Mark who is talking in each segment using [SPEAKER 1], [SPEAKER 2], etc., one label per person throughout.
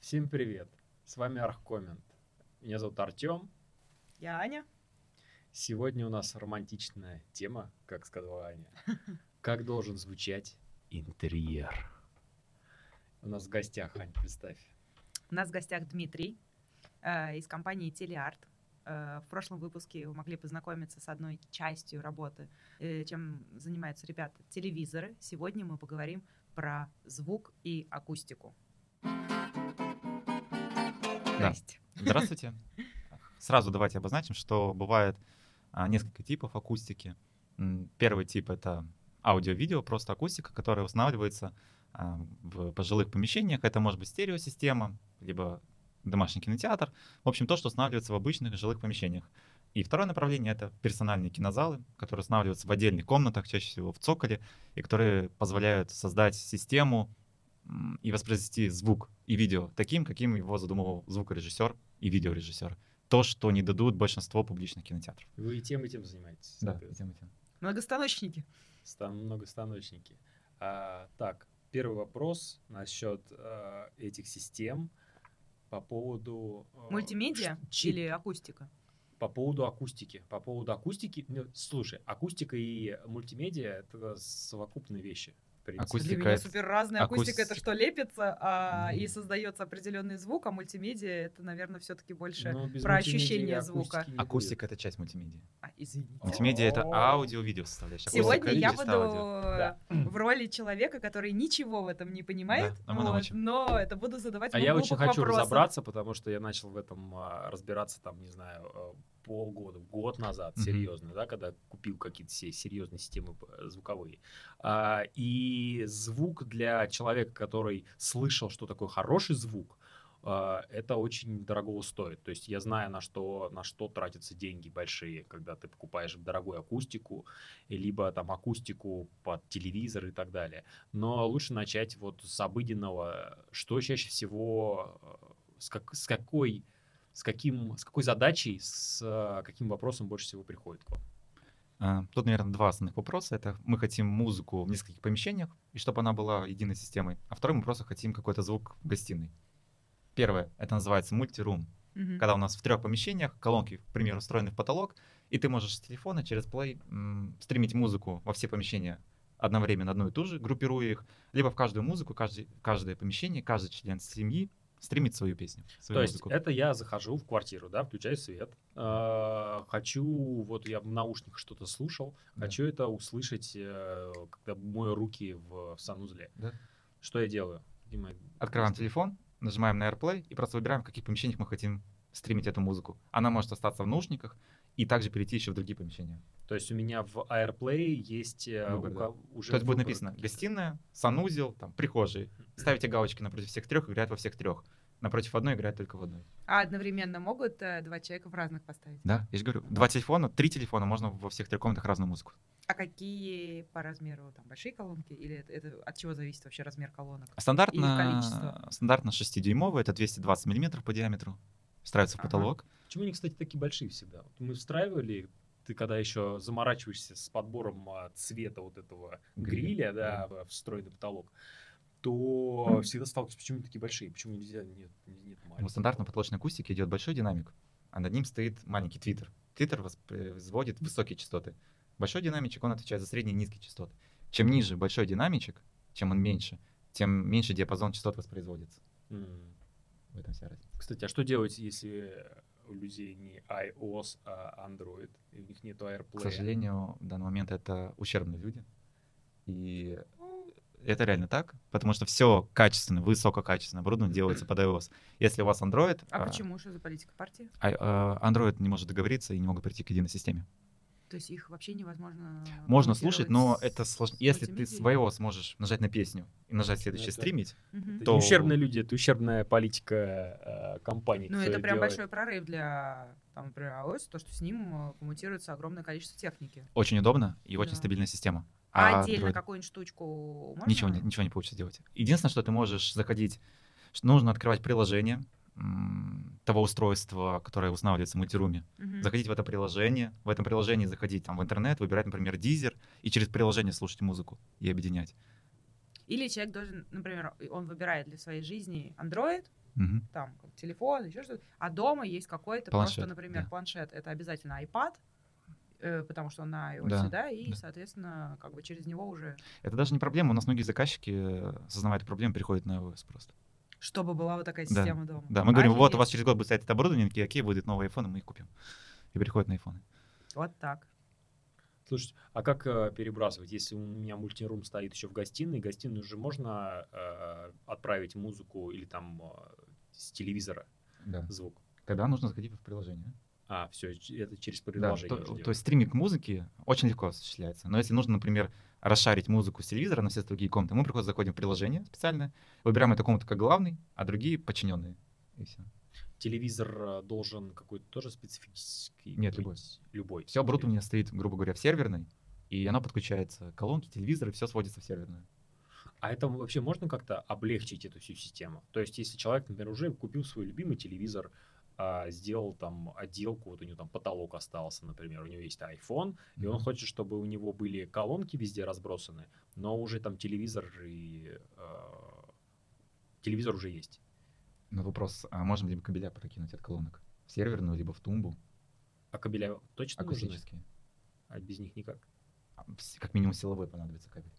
[SPEAKER 1] Всем привет! С вами Архкоммент. Меня зовут Артем.
[SPEAKER 2] Я Аня.
[SPEAKER 1] Сегодня у нас романтичная тема, как сказала Аня. Как должен звучать интерьер? У нас в гостях, Ань, представь.
[SPEAKER 2] У нас в гостях Дмитрий э, из компании Телеарт. Э, в прошлом выпуске вы могли познакомиться с одной частью работы, э, чем занимаются ребята телевизоры. Сегодня мы поговорим про звук и акустику. Здрасте.
[SPEAKER 3] Здравствуйте. Сразу давайте обозначим, что бывает а, несколько типов акустики. М, Первый тип это аудио-видео, просто акустика, которая устанавливается а, в пожилых помещениях. Это может быть стереосистема, либо домашний кинотеатр. В общем, то, что устанавливается в обычных жилых помещениях. И второе направление это персональные кинозалы, которые устанавливаются в отдельных комнатах, чаще всего в цоколе, и которые позволяют создать систему м, и воспроизвести звук и видео таким, каким его задумывал звукорежиссер и видеорежиссер. То, что не дадут большинство публичных кинотеатров.
[SPEAKER 1] Вы и тем, и тем занимаетесь. соответственно.
[SPEAKER 2] Многостаночники.
[SPEAKER 1] Стан- многостаночники. А, так, первый вопрос насчет а, этих систем по поводу... а,
[SPEAKER 2] Мультимедиа
[SPEAKER 1] ш- чи-
[SPEAKER 2] или акустика?
[SPEAKER 1] По поводу акустики. По поводу акустики... ну, слушай, акустика и мультимедиа — это совокупные вещи. в принципе.
[SPEAKER 3] Акустика
[SPEAKER 2] Для меня
[SPEAKER 3] это-
[SPEAKER 2] супер разная акустика,
[SPEAKER 3] акустика.
[SPEAKER 2] это что лепится а, и
[SPEAKER 3] Мгм.
[SPEAKER 2] создается определенный звук, а мультимедиа это, наверное, все-таки больше.
[SPEAKER 1] Ну, без
[SPEAKER 2] про
[SPEAKER 1] мультимедиа
[SPEAKER 2] ощущение
[SPEAKER 1] и
[SPEAKER 2] звука.
[SPEAKER 1] акустики не будет.
[SPEAKER 3] Акустика — это часть мультимедиа.
[SPEAKER 2] А, извини.
[SPEAKER 1] О.
[SPEAKER 3] Мультимедиа — это аудио-видео составляющая. Акустика
[SPEAKER 2] Сегодня
[SPEAKER 3] это
[SPEAKER 2] я
[SPEAKER 3] чисто
[SPEAKER 2] буду
[SPEAKER 3] аудио.
[SPEAKER 1] Да.
[SPEAKER 2] в роли человека, который ничего в этом не понимает,
[SPEAKER 3] Да, но мы
[SPEAKER 2] вот,
[SPEAKER 3] научим.
[SPEAKER 2] но это буду задавать
[SPEAKER 1] А
[SPEAKER 2] ему
[SPEAKER 1] я
[SPEAKER 2] глупых
[SPEAKER 1] очень хочу
[SPEAKER 2] вопросов.
[SPEAKER 1] разобраться, потому что я начал в этом а, разбираться, там, не знаю, а, полгода, год назад,
[SPEAKER 3] Мгм.
[SPEAKER 1] серьезно, да, когда купил какие-то все серьезные системы э, звуковые. А, И звук для человека, который слышал, что такое хороший звук, а, это очень дорого стоит. То есть я знаю, на что, на что тратятся деньги большие, когда ты покупаешь дорогую акустику, либо там акустику под телевизор и так далее. Но лучше начать вот с обыденного, что чаще всего, э, с, как- с какой, с каким, с какой задачей, с э, каким вопросом больше всего приходит к вам.
[SPEAKER 3] А, Тут, наверное, два основных вопроса. Это мы хотим музыку в нескольких помещениях, и чтобы она была единой системой. А второй мы просто хотим какой-то звук в гостиной. Первое, это называется мультирум.
[SPEAKER 2] Мгм.
[SPEAKER 3] Когда у нас в трех помещениях колонки, к примеру, встроены в потолок, и ты можешь с телефона через плей стримить музыку во все помещения одновременно одну и ту же, группируя их, либо в каждую музыку, каждый, каждое помещение, каждый член семьи стримит свою песню, свою
[SPEAKER 1] То есть
[SPEAKER 3] музыку.
[SPEAKER 1] это я захожу в квартиру, да, включаю свет, э, хочу, вот я в наушниках что-то слушал,
[SPEAKER 3] Да.
[SPEAKER 1] хочу это услышать, э, когда мою руки в, в санузле.
[SPEAKER 3] Да.
[SPEAKER 1] Что я делаю? Дима,
[SPEAKER 3] Открываем
[SPEAKER 1] быстро.
[SPEAKER 3] телефон, нажимаем на AirPlay и просто выбираем, в каких помещениях мы хотим стримить эту музыку. Она может остаться в наушниках и также перейти еще в другие помещения.
[SPEAKER 1] То есть у меня в AirPlay есть э,
[SPEAKER 3] Выбор,
[SPEAKER 1] у
[SPEAKER 3] да.
[SPEAKER 1] ко- уже
[SPEAKER 3] То есть будет
[SPEAKER 1] выбор
[SPEAKER 3] написано
[SPEAKER 1] какие-то.
[SPEAKER 3] гостиная, санузел, там, прихожие. Ставите галочки напротив всех трех, играют во всех трех. Напротив одной играет только в одной.
[SPEAKER 2] А одновременно могут э, два человека в разных поставить?
[SPEAKER 3] Да, я же говорю, два телефона, три телефона, можно во всех трех комнатах разную музыку.
[SPEAKER 2] А какие по размеру там большие колонки? Или это, это от чего зависит вообще размер колонок?
[SPEAKER 3] А Стандартно,
[SPEAKER 2] количество?
[SPEAKER 3] стандартно 6-дюймовый, это 220 миллиметров по диаметру, встраивается в
[SPEAKER 2] Ага.
[SPEAKER 3] потолок.
[SPEAKER 1] Почему они, кстати, такие большие всегда? Вот мы встраивали, ты когда еще заморачиваешься с подбором а, цвета вот этого гриля,
[SPEAKER 3] Гриля,
[SPEAKER 1] да, в- встроенный потолок, то всегда сталкиваюсь, почему они такие большие, почему нельзя, нет, нет
[SPEAKER 3] У
[SPEAKER 1] маленького.
[SPEAKER 3] стандартной потолочной акустики идет большой динамик, а над ним стоит маленький твиттер. Твиттер воспроизводит высокие частоты. Большой динамичек, он отвечает за средние и низкие частоты. Чем ниже большой динамичек, чем он меньше, тем меньше диапазон частот воспроизводится.
[SPEAKER 1] М.
[SPEAKER 3] В этом вся разница.
[SPEAKER 1] Кстати, а что делать, если у людей не iOS, а Android, и у них нет AirPlay?
[SPEAKER 3] К сожалению, в данный момент это ущербные люди. И это реально так, потому что все качественно, высококачественное оборудование делается под iOS. Если у вас Android,
[SPEAKER 2] А
[SPEAKER 3] а,
[SPEAKER 2] почему? Что за политика партии?
[SPEAKER 3] а, а, Android не может договориться и не могут прийти к единой системе.
[SPEAKER 2] То есть их вообще невозможно...
[SPEAKER 3] Можно слушать, но
[SPEAKER 2] монтировать Ну, с-
[SPEAKER 3] это сложно.
[SPEAKER 2] с
[SPEAKER 3] Если ты
[SPEAKER 2] мультимедией?
[SPEAKER 3] своего сможешь нажать на песню и нажать следующий
[SPEAKER 1] Это-
[SPEAKER 3] стримить,
[SPEAKER 2] Мгм.
[SPEAKER 1] Это
[SPEAKER 3] то-
[SPEAKER 1] не ущербные люди, это ущербная политика э, компании.
[SPEAKER 2] Ну,
[SPEAKER 1] которая
[SPEAKER 2] это прям
[SPEAKER 1] делает.
[SPEAKER 2] большой прорыв для, там, например, iOS, то, что с ним э, коммутируется огромное количество техники.
[SPEAKER 3] очень удобно и очень
[SPEAKER 2] Да.
[SPEAKER 3] стабильная система.
[SPEAKER 2] А,
[SPEAKER 3] А
[SPEAKER 2] отдельно
[SPEAKER 3] Android-
[SPEAKER 2] какую-нибудь штучку можно?
[SPEAKER 3] ничего, не, ничего не получится делать. Единственное, что ты можешь заходить, что нужно открывать приложение м, того устройства, которое устанавливается в мультируме,
[SPEAKER 2] Мгм.
[SPEAKER 3] заходить в это приложение, в этом приложении заходить там в интернет, выбирать, например, дизер и через приложение слушать музыку и объединять.
[SPEAKER 2] Или человек должен, например, он выбирает для своей жизни Android,
[SPEAKER 3] Мгм.
[SPEAKER 2] там как телефон, еще что-то, а дома есть какой-то
[SPEAKER 3] Планшет,
[SPEAKER 2] просто, например,
[SPEAKER 3] да.
[SPEAKER 2] планшет. Это обязательно iPad, э, потому что он на iOS,
[SPEAKER 3] Да,
[SPEAKER 2] да, и,
[SPEAKER 3] да.
[SPEAKER 2] соответственно, как бы через него уже,
[SPEAKER 3] Это даже не проблема. У нас многие заказчики, э, осознавая эту проблему, переходят на iOS просто.
[SPEAKER 2] чтобы была вот такая
[SPEAKER 3] Да,
[SPEAKER 2] система дома. А
[SPEAKER 3] Да, мы говорим, вот у
[SPEAKER 2] Офигеть.
[SPEAKER 3] вас через год будет стоять это оборудование, они такие, окей, выйдут новые iPhone, мы их купим. И переходят на iPhone.
[SPEAKER 2] Вот так.
[SPEAKER 1] Слушайте, а как э, перебрасывать? Если у меня мультирум стоит еще в гостиной, гостиную же можно э, отправить музыку или там э, с телевизора
[SPEAKER 3] Да.
[SPEAKER 1] звук.
[SPEAKER 3] Тогда нужно заходить в приложение.
[SPEAKER 1] А, все, это через
[SPEAKER 3] Да,
[SPEAKER 1] приложение.
[SPEAKER 3] то,
[SPEAKER 1] уже
[SPEAKER 3] то
[SPEAKER 1] делается.
[SPEAKER 3] есть стриминг музыки очень легко осуществляется. Но если нужно, например, расшарить музыку с телевизора на все другие комнаты, мы приходим, заходим в приложение специальное, выбираем эту комнату как главный, а другие подчиненные. И все.
[SPEAKER 1] Телевизор э, должен какой-то тоже специфический.
[SPEAKER 3] Нет,
[SPEAKER 1] быть?
[SPEAKER 3] любой.
[SPEAKER 1] Любой.
[SPEAKER 3] Все оборудование стоит, грубо говоря, в серверной, и оно подключается к колонке, телевизор, и все сводится в серверную.
[SPEAKER 1] А это вообще можно как-то облегчить эту всю систему? То есть, если человек, например, уже купил свой любимый телевизор, а, сделал там отделку, вот у него там потолок остался, например, у него есть iPhone, и он
[SPEAKER 3] Мгм.
[SPEAKER 1] хочет, чтобы у него были колонки везде разбросаны, но уже там телевизор и э, телевизор уже есть.
[SPEAKER 3] Но вопрос, а можем ли мы кабеля прокинуть от колонок? В серверную, либо в тумбу,
[SPEAKER 1] А кабеля точно нужны?
[SPEAKER 3] акустические.
[SPEAKER 1] А без них никак.
[SPEAKER 3] А, с- Как минимум силовой понадобится кабель.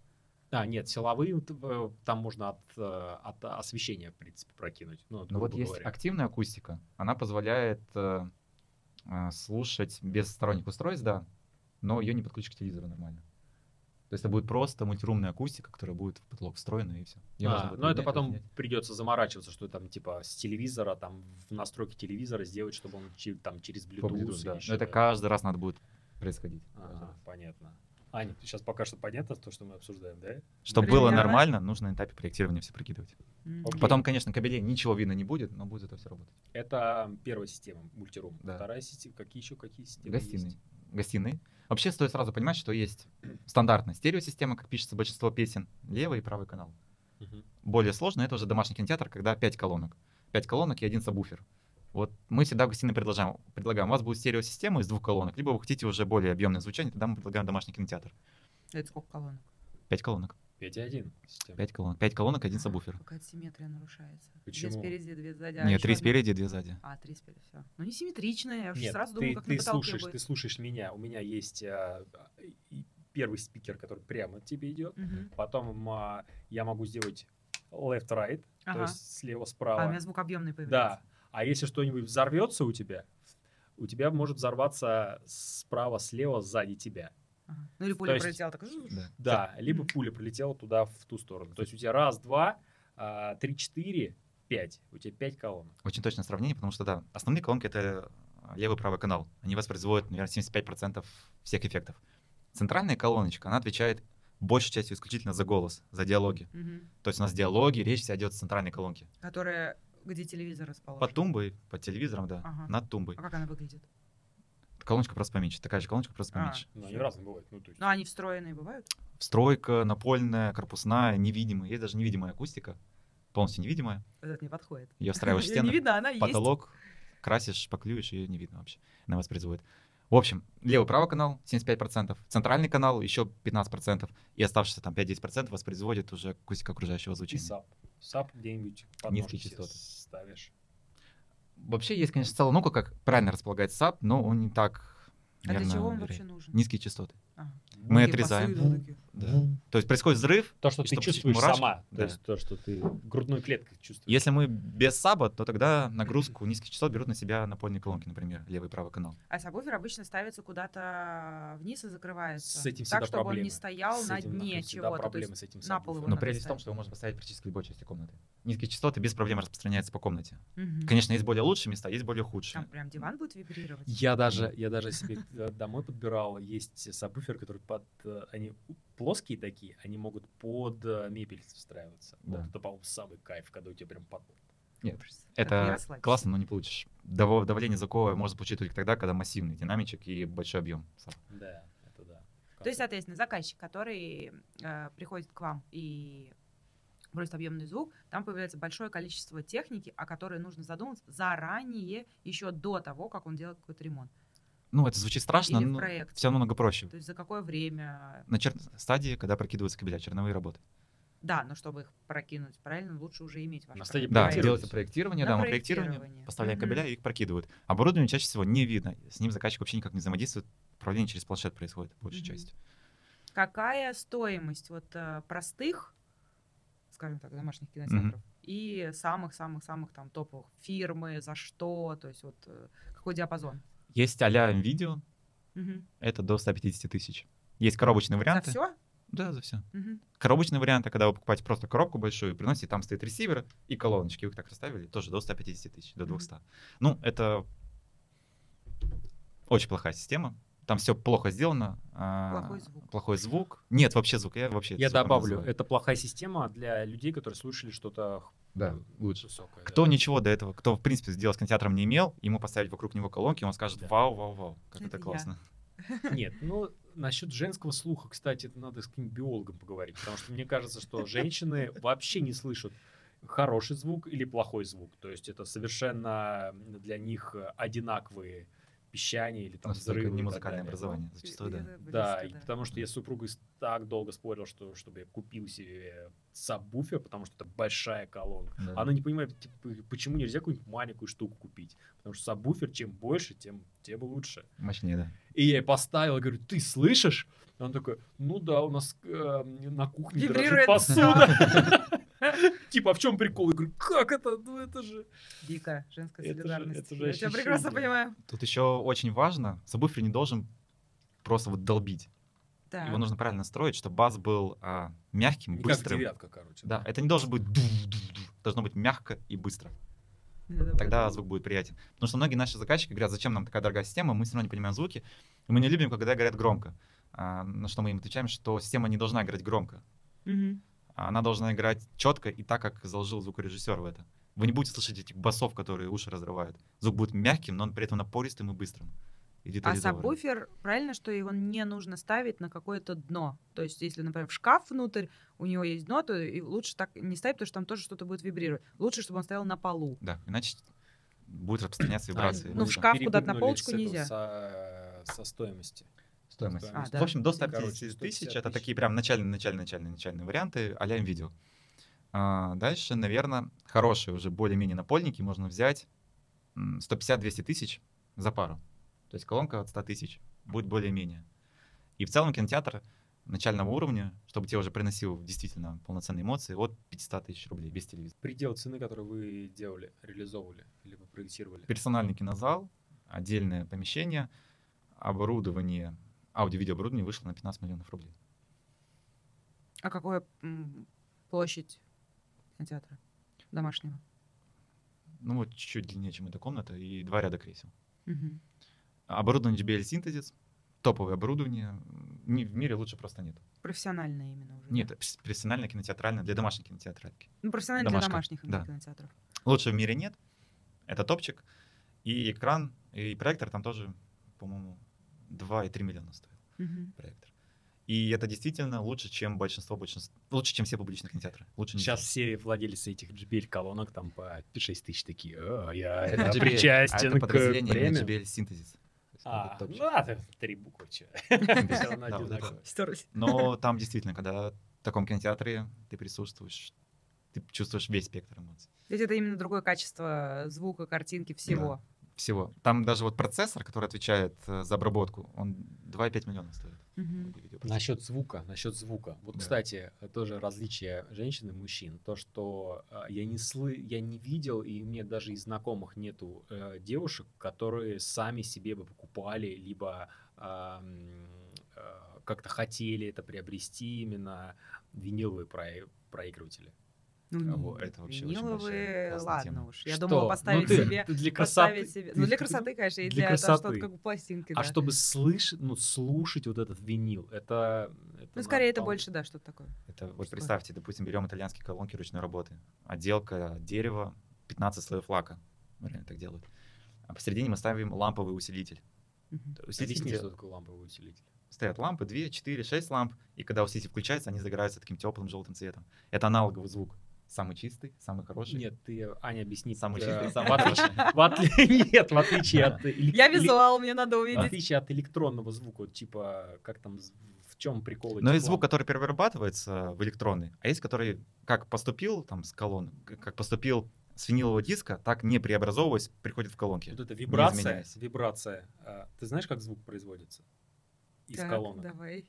[SPEAKER 1] А, нет, силовые вот, э, там можно от, э, от освещения, в принципе, прокинуть. Ну,
[SPEAKER 3] Но вот
[SPEAKER 1] грубо
[SPEAKER 3] есть
[SPEAKER 1] говоря.
[SPEAKER 3] активная акустика. Она позволяет э, э, слушать без сторонних устройств, да, но ее не подключишь к телевизору нормально. То есть это будет просто мультирумная акустика, которая будет в потолок встроена, и все.
[SPEAKER 1] А, но это потом придется заморачиваться, что там типа с телевизора, там в настройке телевизора сделать, чтобы он че- там через Bluetooth. или
[SPEAKER 3] Но
[SPEAKER 1] что-то.
[SPEAKER 3] это каждый раз надо будет происходить.
[SPEAKER 1] Ага, понятно. Аня, сейчас пока что понятно то, что мы обсуждаем, да?
[SPEAKER 3] Чтобы
[SPEAKER 2] Примерно.
[SPEAKER 3] было нормально, нужно на этапе проектирования все прикидывать.
[SPEAKER 2] М.
[SPEAKER 1] Окей.
[SPEAKER 3] Потом, конечно, кабелей ничего видно не будет, но будет это все работать.
[SPEAKER 1] Это первая система мультирум.
[SPEAKER 3] Да.
[SPEAKER 1] Вторая система. Какие еще какие системы? Типа
[SPEAKER 3] Гостиной.
[SPEAKER 1] есть?
[SPEAKER 3] Гостиной. Вообще стоит сразу понимать, что есть стандартная стереосистема, как пишется большинство песен, левый и правый канал.
[SPEAKER 1] Мгм.
[SPEAKER 3] более сложно, это уже домашний кинотеатр, когда 5 колонок. 5 колонок и один сабвуфер. Вот мы всегда в гостиной предлагаем, предлагаем, у вас будет стереосистема из двух колонок, либо вы хотите уже более объемное звучание, тогда мы предлагаем домашний кинотеатр.
[SPEAKER 2] Это сколько колонок?
[SPEAKER 3] 5 колонок,
[SPEAKER 1] 5.1 система.
[SPEAKER 3] 5 колонок, 5 колонок, один сабвуфер.
[SPEAKER 2] Какая симметрия нарушается.
[SPEAKER 1] Почему?
[SPEAKER 2] Две спереди, две сзади. а
[SPEAKER 3] Нет,
[SPEAKER 2] еще
[SPEAKER 3] три
[SPEAKER 2] одна-
[SPEAKER 3] спереди, две сзади.
[SPEAKER 2] А, три спереди, все. Ну, не симметричная, я уже
[SPEAKER 1] Нет,
[SPEAKER 2] сразу
[SPEAKER 1] ты,
[SPEAKER 2] думаю, как
[SPEAKER 1] ты
[SPEAKER 2] на потолке
[SPEAKER 1] слушаешь, ты
[SPEAKER 2] будет.
[SPEAKER 1] слушаешь меня. У меня есть а, и первый спикер, который прямо от тебя идет.
[SPEAKER 2] Мгм.
[SPEAKER 1] Потом а, я могу сделать left-right, то
[SPEAKER 2] Ага.
[SPEAKER 1] есть слева-справа.
[SPEAKER 2] А у меня звук объемный появляется.
[SPEAKER 1] Да. А если что-нибудь взорвется у тебя, у тебя может взорваться справа, слева, сзади тебя.
[SPEAKER 2] Ага. Ну, или
[SPEAKER 1] То
[SPEAKER 2] пуля
[SPEAKER 1] есть-
[SPEAKER 2] пролетела, так... жу-
[SPEAKER 3] Да.
[SPEAKER 1] Да, либо
[SPEAKER 2] Мгм.
[SPEAKER 1] пуля прилетела туда, в ту сторону. То есть у тебя раз, два, а, три, четыре, пять. У тебя пять колонок.
[SPEAKER 3] Очень точное сравнение, потому что, да, основные колонки — это а, левый и правый канал. Они воспроизводят, наверное, 75% всех эффектов. Центральная колоночка, она отвечает большей частью исключительно за голос, за диалоги.
[SPEAKER 2] Мгм.
[SPEAKER 3] То есть у нас диалоги, речь вся идет с центральной колонки.
[SPEAKER 2] Которая, где телевизор расположен.
[SPEAKER 3] Под тумбой, под телевизором, да,
[SPEAKER 2] Ага.
[SPEAKER 3] над тумбой.
[SPEAKER 2] А как она выглядит?
[SPEAKER 3] Колоночка просто поменьше, такая же колоночка просто
[SPEAKER 2] А.
[SPEAKER 3] поменьше.
[SPEAKER 1] Ну, они разные бывают. Ну, то есть...
[SPEAKER 2] Ну, они встроенные бывают?
[SPEAKER 3] Встройка, напольная, корпусная, невидимая. Есть даже невидимая акустика, полностью невидимая.
[SPEAKER 2] Вот это не подходит.
[SPEAKER 3] Ее встраиваешь в
[SPEAKER 2] Её Не
[SPEAKER 3] стены,
[SPEAKER 2] видно, она есть.
[SPEAKER 3] потолок, красишь, шпаклюешь, ее не видно вообще. Она воспроизводит. В общем, левый-правый канал 75%, центральный канал еще 15%, и оставшиеся там 5-10% воспроизводит уже акустика окружающего
[SPEAKER 1] И
[SPEAKER 3] звучания.
[SPEAKER 1] сап. Сап где-нибудь под
[SPEAKER 3] Низкие
[SPEAKER 1] ножки себе
[SPEAKER 3] частоты.
[SPEAKER 1] ставишь.
[SPEAKER 3] Вообще есть, конечно, целая наука, как правильно располагать САП, но он не так,
[SPEAKER 2] А для
[SPEAKER 3] наверное,
[SPEAKER 2] чего он
[SPEAKER 3] верен-
[SPEAKER 2] вообще нужен?
[SPEAKER 3] Низкие частоты.
[SPEAKER 2] Ага.
[SPEAKER 3] Мы
[SPEAKER 2] Такие
[SPEAKER 3] отрезаем.
[SPEAKER 2] посыльные такие.
[SPEAKER 3] Да. То есть происходит взрыв,
[SPEAKER 1] То, что
[SPEAKER 3] И
[SPEAKER 1] ты
[SPEAKER 3] чтобы
[SPEAKER 1] чувствуешь
[SPEAKER 3] мурашки-
[SPEAKER 1] сама.
[SPEAKER 3] да.
[SPEAKER 1] То есть то, что ты грудной клеткой чувствуешь.
[SPEAKER 3] Если мы без саба, то тогда нагрузку низких частот берут на себя напольные колонки, например, левый и правый канал.
[SPEAKER 2] А сабвуфер обычно ставится куда-то вниз и закрывается.
[SPEAKER 1] С этим
[SPEAKER 2] Так,
[SPEAKER 1] всегда
[SPEAKER 2] чтобы он
[SPEAKER 1] проблемы.
[SPEAKER 2] не стоял
[SPEAKER 1] С
[SPEAKER 2] на
[SPEAKER 1] этим
[SPEAKER 2] дне
[SPEAKER 1] нахуй всегда
[SPEAKER 2] чего-то. То
[SPEAKER 1] проблемы
[SPEAKER 2] есть
[SPEAKER 1] с этим
[SPEAKER 2] на пол
[SPEAKER 1] сабвуфером.
[SPEAKER 2] его
[SPEAKER 3] Но прелесть в том,
[SPEAKER 2] поставить.
[SPEAKER 3] что его можно поставить практически в любой части комнаты. Низкие частоты без проблем распространяются по комнате.
[SPEAKER 2] Мгм.
[SPEAKER 3] Конечно, есть более лучшие места, есть более
[SPEAKER 2] Там
[SPEAKER 3] худшие.
[SPEAKER 2] прям диван будет вибрировать.
[SPEAKER 1] Я даже, я даже себе э, домой подбирал. Есть сабвуфер, который под... э, Они плоские такие, они могут под э, мебель встраиваться.
[SPEAKER 3] Да.
[SPEAKER 1] Вот это, по-моему, самый кайф, когда у тебя прям под...
[SPEAKER 3] Нет,
[SPEAKER 2] Так не
[SPEAKER 3] это
[SPEAKER 2] расслабишься.
[SPEAKER 3] классно, но не получишь. Дав- Давление звуковое можно получить только тогда, когда массивный динамичек и большой объем. саба.
[SPEAKER 1] Да, это да.
[SPEAKER 2] То есть, соответственно, заказчик, который э, приходит к вам и бросит объемный звук, там появляется большое количество техники, о которой нужно задуматься заранее, еще до того, как он делает какой-то ремонт.
[SPEAKER 3] Ну, это звучит страшно,
[SPEAKER 2] Или в
[SPEAKER 3] но
[SPEAKER 2] проекте.
[SPEAKER 3] все намного проще.
[SPEAKER 2] То есть за какое время?
[SPEAKER 3] На чер- стадии, когда прокидываются кабеля, черновые работы.
[SPEAKER 2] Да, но чтобы их прокинуть правильно, лучше уже иметь ваш
[SPEAKER 1] На стадии
[SPEAKER 3] Да,
[SPEAKER 1] Проектировать.
[SPEAKER 3] делается проектирование,
[SPEAKER 2] На
[SPEAKER 3] да, мы проектирование,
[SPEAKER 2] проектирование.
[SPEAKER 3] поставляем
[SPEAKER 2] Мгм.
[SPEAKER 3] кабеля и их прокидывают. Оборудование чаще всего не видно, с ним заказчик вообще никак не взаимодействует, управление через планшет происходит, большей
[SPEAKER 2] Мгм.
[SPEAKER 3] частью.
[SPEAKER 2] Какая стоимость вот э, простых, скажем так, домашних кинотеатров и самых-самых-самых там топовых фирмы, за что, то есть вот э, какой диапазон?
[SPEAKER 3] Есть а-ля видео,
[SPEAKER 2] Мгм.
[SPEAKER 3] это до 150 тысяч. Есть коробочные
[SPEAKER 2] За
[SPEAKER 3] варианты.
[SPEAKER 2] все?
[SPEAKER 3] Да, за все. Коробочные варианты, а когда вы покупаете просто коробку большую, приносите, там стоит ресивер и колоночки. Вы их так расставили, тоже до 150 тысяч, до
[SPEAKER 2] Мгм.
[SPEAKER 3] 200. Ну, это очень плохая система. Там все плохо сделано. а,
[SPEAKER 2] Плохой звук.
[SPEAKER 3] Плохой звук. Нет, вообще звука. Я вообще
[SPEAKER 1] Я
[SPEAKER 3] звуком не
[SPEAKER 1] добавлю,
[SPEAKER 3] называю.
[SPEAKER 1] это плохая система для людей, которые слушали что-то ну,
[SPEAKER 3] Да, лучше.
[SPEAKER 1] высокое. да.
[SPEAKER 3] Кто ничего до этого, кто, в принципе, сделать с кинотеатром не имел, ему поставить вокруг него колонки, он скажет
[SPEAKER 1] Да.
[SPEAKER 3] «Вау, вау, вау, как
[SPEAKER 2] Это
[SPEAKER 3] это
[SPEAKER 2] я.
[SPEAKER 3] классно».
[SPEAKER 1] Нет, ну насчет женского слуха, кстати, это надо с каким биологом поговорить, потому что мне кажется, что женщины вообще не слышат хороший звук или плохой звук. То есть это совершенно для них одинаковые пищания или там
[SPEAKER 3] Настолько
[SPEAKER 1] взрывы. и
[SPEAKER 3] не
[SPEAKER 1] так
[SPEAKER 3] музыкальное
[SPEAKER 1] далее.
[SPEAKER 3] образование, зачастую, да.
[SPEAKER 1] Да, и потому что я с супругой с- так долго спорил, что, чтобы я купил себе сабвуфер, потому что это большая колонка.
[SPEAKER 3] Да.
[SPEAKER 1] Она не понимает, типа, почему нельзя какую-нибудь маленькую штуку купить. Потому что сабвуфер, чем больше, тем, тем лучше.
[SPEAKER 3] Мощнее, да.
[SPEAKER 1] И я ей поставил, говорю, ты слышишь? И он такой, ну да, у нас э, на кухне дрожит
[SPEAKER 2] Вибрирует
[SPEAKER 1] посуда. Типа, а в чем прикол? Я говорю, как это? Ну это же...
[SPEAKER 2] Дикая женская
[SPEAKER 1] Это же-
[SPEAKER 2] солидарность.
[SPEAKER 1] это же
[SPEAKER 2] я тебя прекрасно
[SPEAKER 1] ощущение.
[SPEAKER 2] понимаю.
[SPEAKER 3] Тут еще очень важно, сабвуфер не должен просто вот долбить.
[SPEAKER 2] Да.
[SPEAKER 3] Его нужно правильно строить, чтобы бас был а, мягким,
[SPEAKER 1] Не как
[SPEAKER 3] быстрым.
[SPEAKER 1] девятка, короче.
[SPEAKER 3] Да, это не должен быть ду-ду-ду. должно быть мягко и быстро.
[SPEAKER 2] Да, да,
[SPEAKER 3] Тогда
[SPEAKER 2] да.
[SPEAKER 3] звук будет приятен. Потому что многие наши заказчики говорят, зачем нам такая дорогая система, мы все равно не понимаем звуки. И мы не любим, когда говорят громко. А, на что мы им отвечаем, что система не должна играть громко. А
[SPEAKER 2] Мгм.
[SPEAKER 3] Она должна играть четко и так, как заложил звукорежиссер в это. Вы не будете слышать этих басов, которые уши разрывают. Звук будет мягким, но он при этом напористым и быстрым. И
[SPEAKER 2] А
[SPEAKER 3] детализованным.
[SPEAKER 2] сабвуфер, правильно, что его не нужно ставить на какое-то дно. То есть, если, например, в шкаф внутрь, у него есть дно, то и лучше так не ставить, потому что там тоже что-то будет вибрировать. Лучше, чтобы он стоял на полу.
[SPEAKER 3] Да, иначе будет распространяться вибрации.
[SPEAKER 2] ну, в
[SPEAKER 3] Да.
[SPEAKER 2] шкаф куда-то на
[SPEAKER 1] Перепрыгнули
[SPEAKER 2] полочку
[SPEAKER 1] с этого,
[SPEAKER 2] нельзя.
[SPEAKER 1] Со, со стоимости.
[SPEAKER 3] Стоимость.
[SPEAKER 1] А,
[SPEAKER 2] да.
[SPEAKER 3] В общем, до
[SPEAKER 1] Короче,
[SPEAKER 3] 150
[SPEAKER 1] 150
[SPEAKER 3] тысяч
[SPEAKER 1] тысяч.
[SPEAKER 3] это такие прям начальные, начальные, начальные, начальные варианты а-ля видео. дальше, наверное, хорошие уже более-менее напольники можно взять м, 150-200 тысяч за пару. То есть колонка от 100 тысяч будет более-менее. И в целом кинотеатр начального уровня, чтобы тебе уже приносил действительно полноценные эмоции, от 500 тысяч рублей без телевизора.
[SPEAKER 1] Предел цены, который вы делали, реализовывали, либо проектировали.
[SPEAKER 3] Персональный кинозал, отдельное помещение, оборудование, аудио-видеооборудование вышло на 15 миллионов рублей.
[SPEAKER 2] А какая м, площадь кинотеатра домашнего?
[SPEAKER 3] Ну вот чуть-чуть длиннее, чем эта комната, и два ряда кресел.
[SPEAKER 2] Мгм.
[SPEAKER 3] Оборудование JBL Synthesis, топовое оборудование, м, ни- в мире лучше просто нет.
[SPEAKER 2] Профессиональное именно уже. да?
[SPEAKER 3] Нет, пс- профессионально кинотеатрально для домашней кинотеатральки.
[SPEAKER 2] Ну, профессиональное
[SPEAKER 3] домашка,
[SPEAKER 2] для домашних именно
[SPEAKER 3] да.
[SPEAKER 2] кинотеатров.
[SPEAKER 3] Лучше в мире нет, это топчик, и экран, и проектор там тоже, по-моему, 2,3 миллиона стоил
[SPEAKER 2] Мгм.
[SPEAKER 3] проектор. И это действительно лучше, чем большинство, большинство лучше, чем все публичные кинотеатры. Лучше
[SPEAKER 1] Сейчас все
[SPEAKER 3] ничего.
[SPEAKER 1] владельцы этих JBL-колонок там по 6 тысяч такие, «О, я
[SPEAKER 3] Это
[SPEAKER 1] это
[SPEAKER 3] JBL, а
[SPEAKER 1] причастен
[SPEAKER 3] это
[SPEAKER 1] к
[SPEAKER 3] подразделение именно
[SPEAKER 1] премиум».
[SPEAKER 3] JBL Synthesis. То есть
[SPEAKER 1] А,
[SPEAKER 3] это
[SPEAKER 1] ну
[SPEAKER 3] топчик.
[SPEAKER 1] ладно, три буквы, чё. Всё равно
[SPEAKER 3] Да, вот это.
[SPEAKER 1] одинаково.
[SPEAKER 2] Стерлись.
[SPEAKER 3] Но там действительно, когда в таком кинотеатре ты присутствуешь, ты чувствуешь весь спектр эмоций.
[SPEAKER 2] То есть это именно другое качество звука, картинки, всего.
[SPEAKER 3] Всего. Там даже вот процессор, который отвечает э, за обработку, он 2,5 миллиона стоит.
[SPEAKER 2] Мгм.
[SPEAKER 1] Насчет звука, насчет звука. Вот,
[SPEAKER 3] Да.
[SPEAKER 1] кстати, тоже различие женщин и мужчин. То, что а, я не слы, я не видел, и мне даже из знакомых нету э, девушек, которые сами себе бы покупали, либо а, м, э, как-то хотели это приобрести именно виниловые прои- проигрыватели.
[SPEAKER 2] Ну,
[SPEAKER 3] А вот
[SPEAKER 2] не-
[SPEAKER 3] это вообще очень
[SPEAKER 2] виниловые,
[SPEAKER 3] большая, классная
[SPEAKER 2] ладно
[SPEAKER 3] тема.
[SPEAKER 2] уж. Я
[SPEAKER 1] Что?
[SPEAKER 2] думала
[SPEAKER 1] Ну,
[SPEAKER 2] поставить
[SPEAKER 1] ты-
[SPEAKER 2] себе...
[SPEAKER 1] ты для
[SPEAKER 2] Поставить
[SPEAKER 1] красоты.
[SPEAKER 2] себе. Ну, для красоты, конечно, и
[SPEAKER 1] для
[SPEAKER 2] для, того,
[SPEAKER 1] красоты.
[SPEAKER 2] что как бы пластинки,
[SPEAKER 1] А
[SPEAKER 2] да.
[SPEAKER 1] чтобы слышать, ну, слушать вот этот винил, это...
[SPEAKER 2] Ну, скорее, это
[SPEAKER 1] надо-
[SPEAKER 2] больше, да, что-то такое.
[SPEAKER 3] Это
[SPEAKER 2] Что?
[SPEAKER 3] вот представьте, допустим, берем итальянские колонки ручной работы. Отделка дерева, 15 слоев лака. Ну, Реально так делают. А посередине мы ставим ламповый усилитель.
[SPEAKER 2] Мгм.
[SPEAKER 3] Усилитель
[SPEAKER 1] Объясни,
[SPEAKER 3] дел-
[SPEAKER 1] что такое ламповый усилитель.
[SPEAKER 3] Стоят лампы, 2, 4, 6 ламп, и когда усилитель включается, они загораются таким теплым желтым цветом. Это аналоговый звук. Самый чистый, самый хороший.
[SPEAKER 1] Нет, ты, Аня, объясни.
[SPEAKER 3] Самый
[SPEAKER 1] э,
[SPEAKER 3] чистый,
[SPEAKER 1] в
[SPEAKER 3] самый
[SPEAKER 1] отли-
[SPEAKER 3] хороший.
[SPEAKER 1] В отли- Нет, в отличие от... эле-
[SPEAKER 2] Я
[SPEAKER 1] эле-
[SPEAKER 2] визуал, мне надо
[SPEAKER 1] В
[SPEAKER 2] увидеть.
[SPEAKER 1] отличие от электронного звука, вот типа, как там з- в в чем прикол?
[SPEAKER 3] Но
[SPEAKER 1] этих
[SPEAKER 3] есть Ну звук,
[SPEAKER 1] ламп?
[SPEAKER 3] который перерабатывается в электронный, а есть, который как поступил там с колонн, к- как поступил с винилового диска, так не преобразовываясь, приходит в колонки.
[SPEAKER 1] Вот эта вибрация,
[SPEAKER 3] изменяясь.
[SPEAKER 1] вибрация. А, Ты знаешь, как звук производится из
[SPEAKER 2] Так,
[SPEAKER 1] колонок?
[SPEAKER 2] Давай.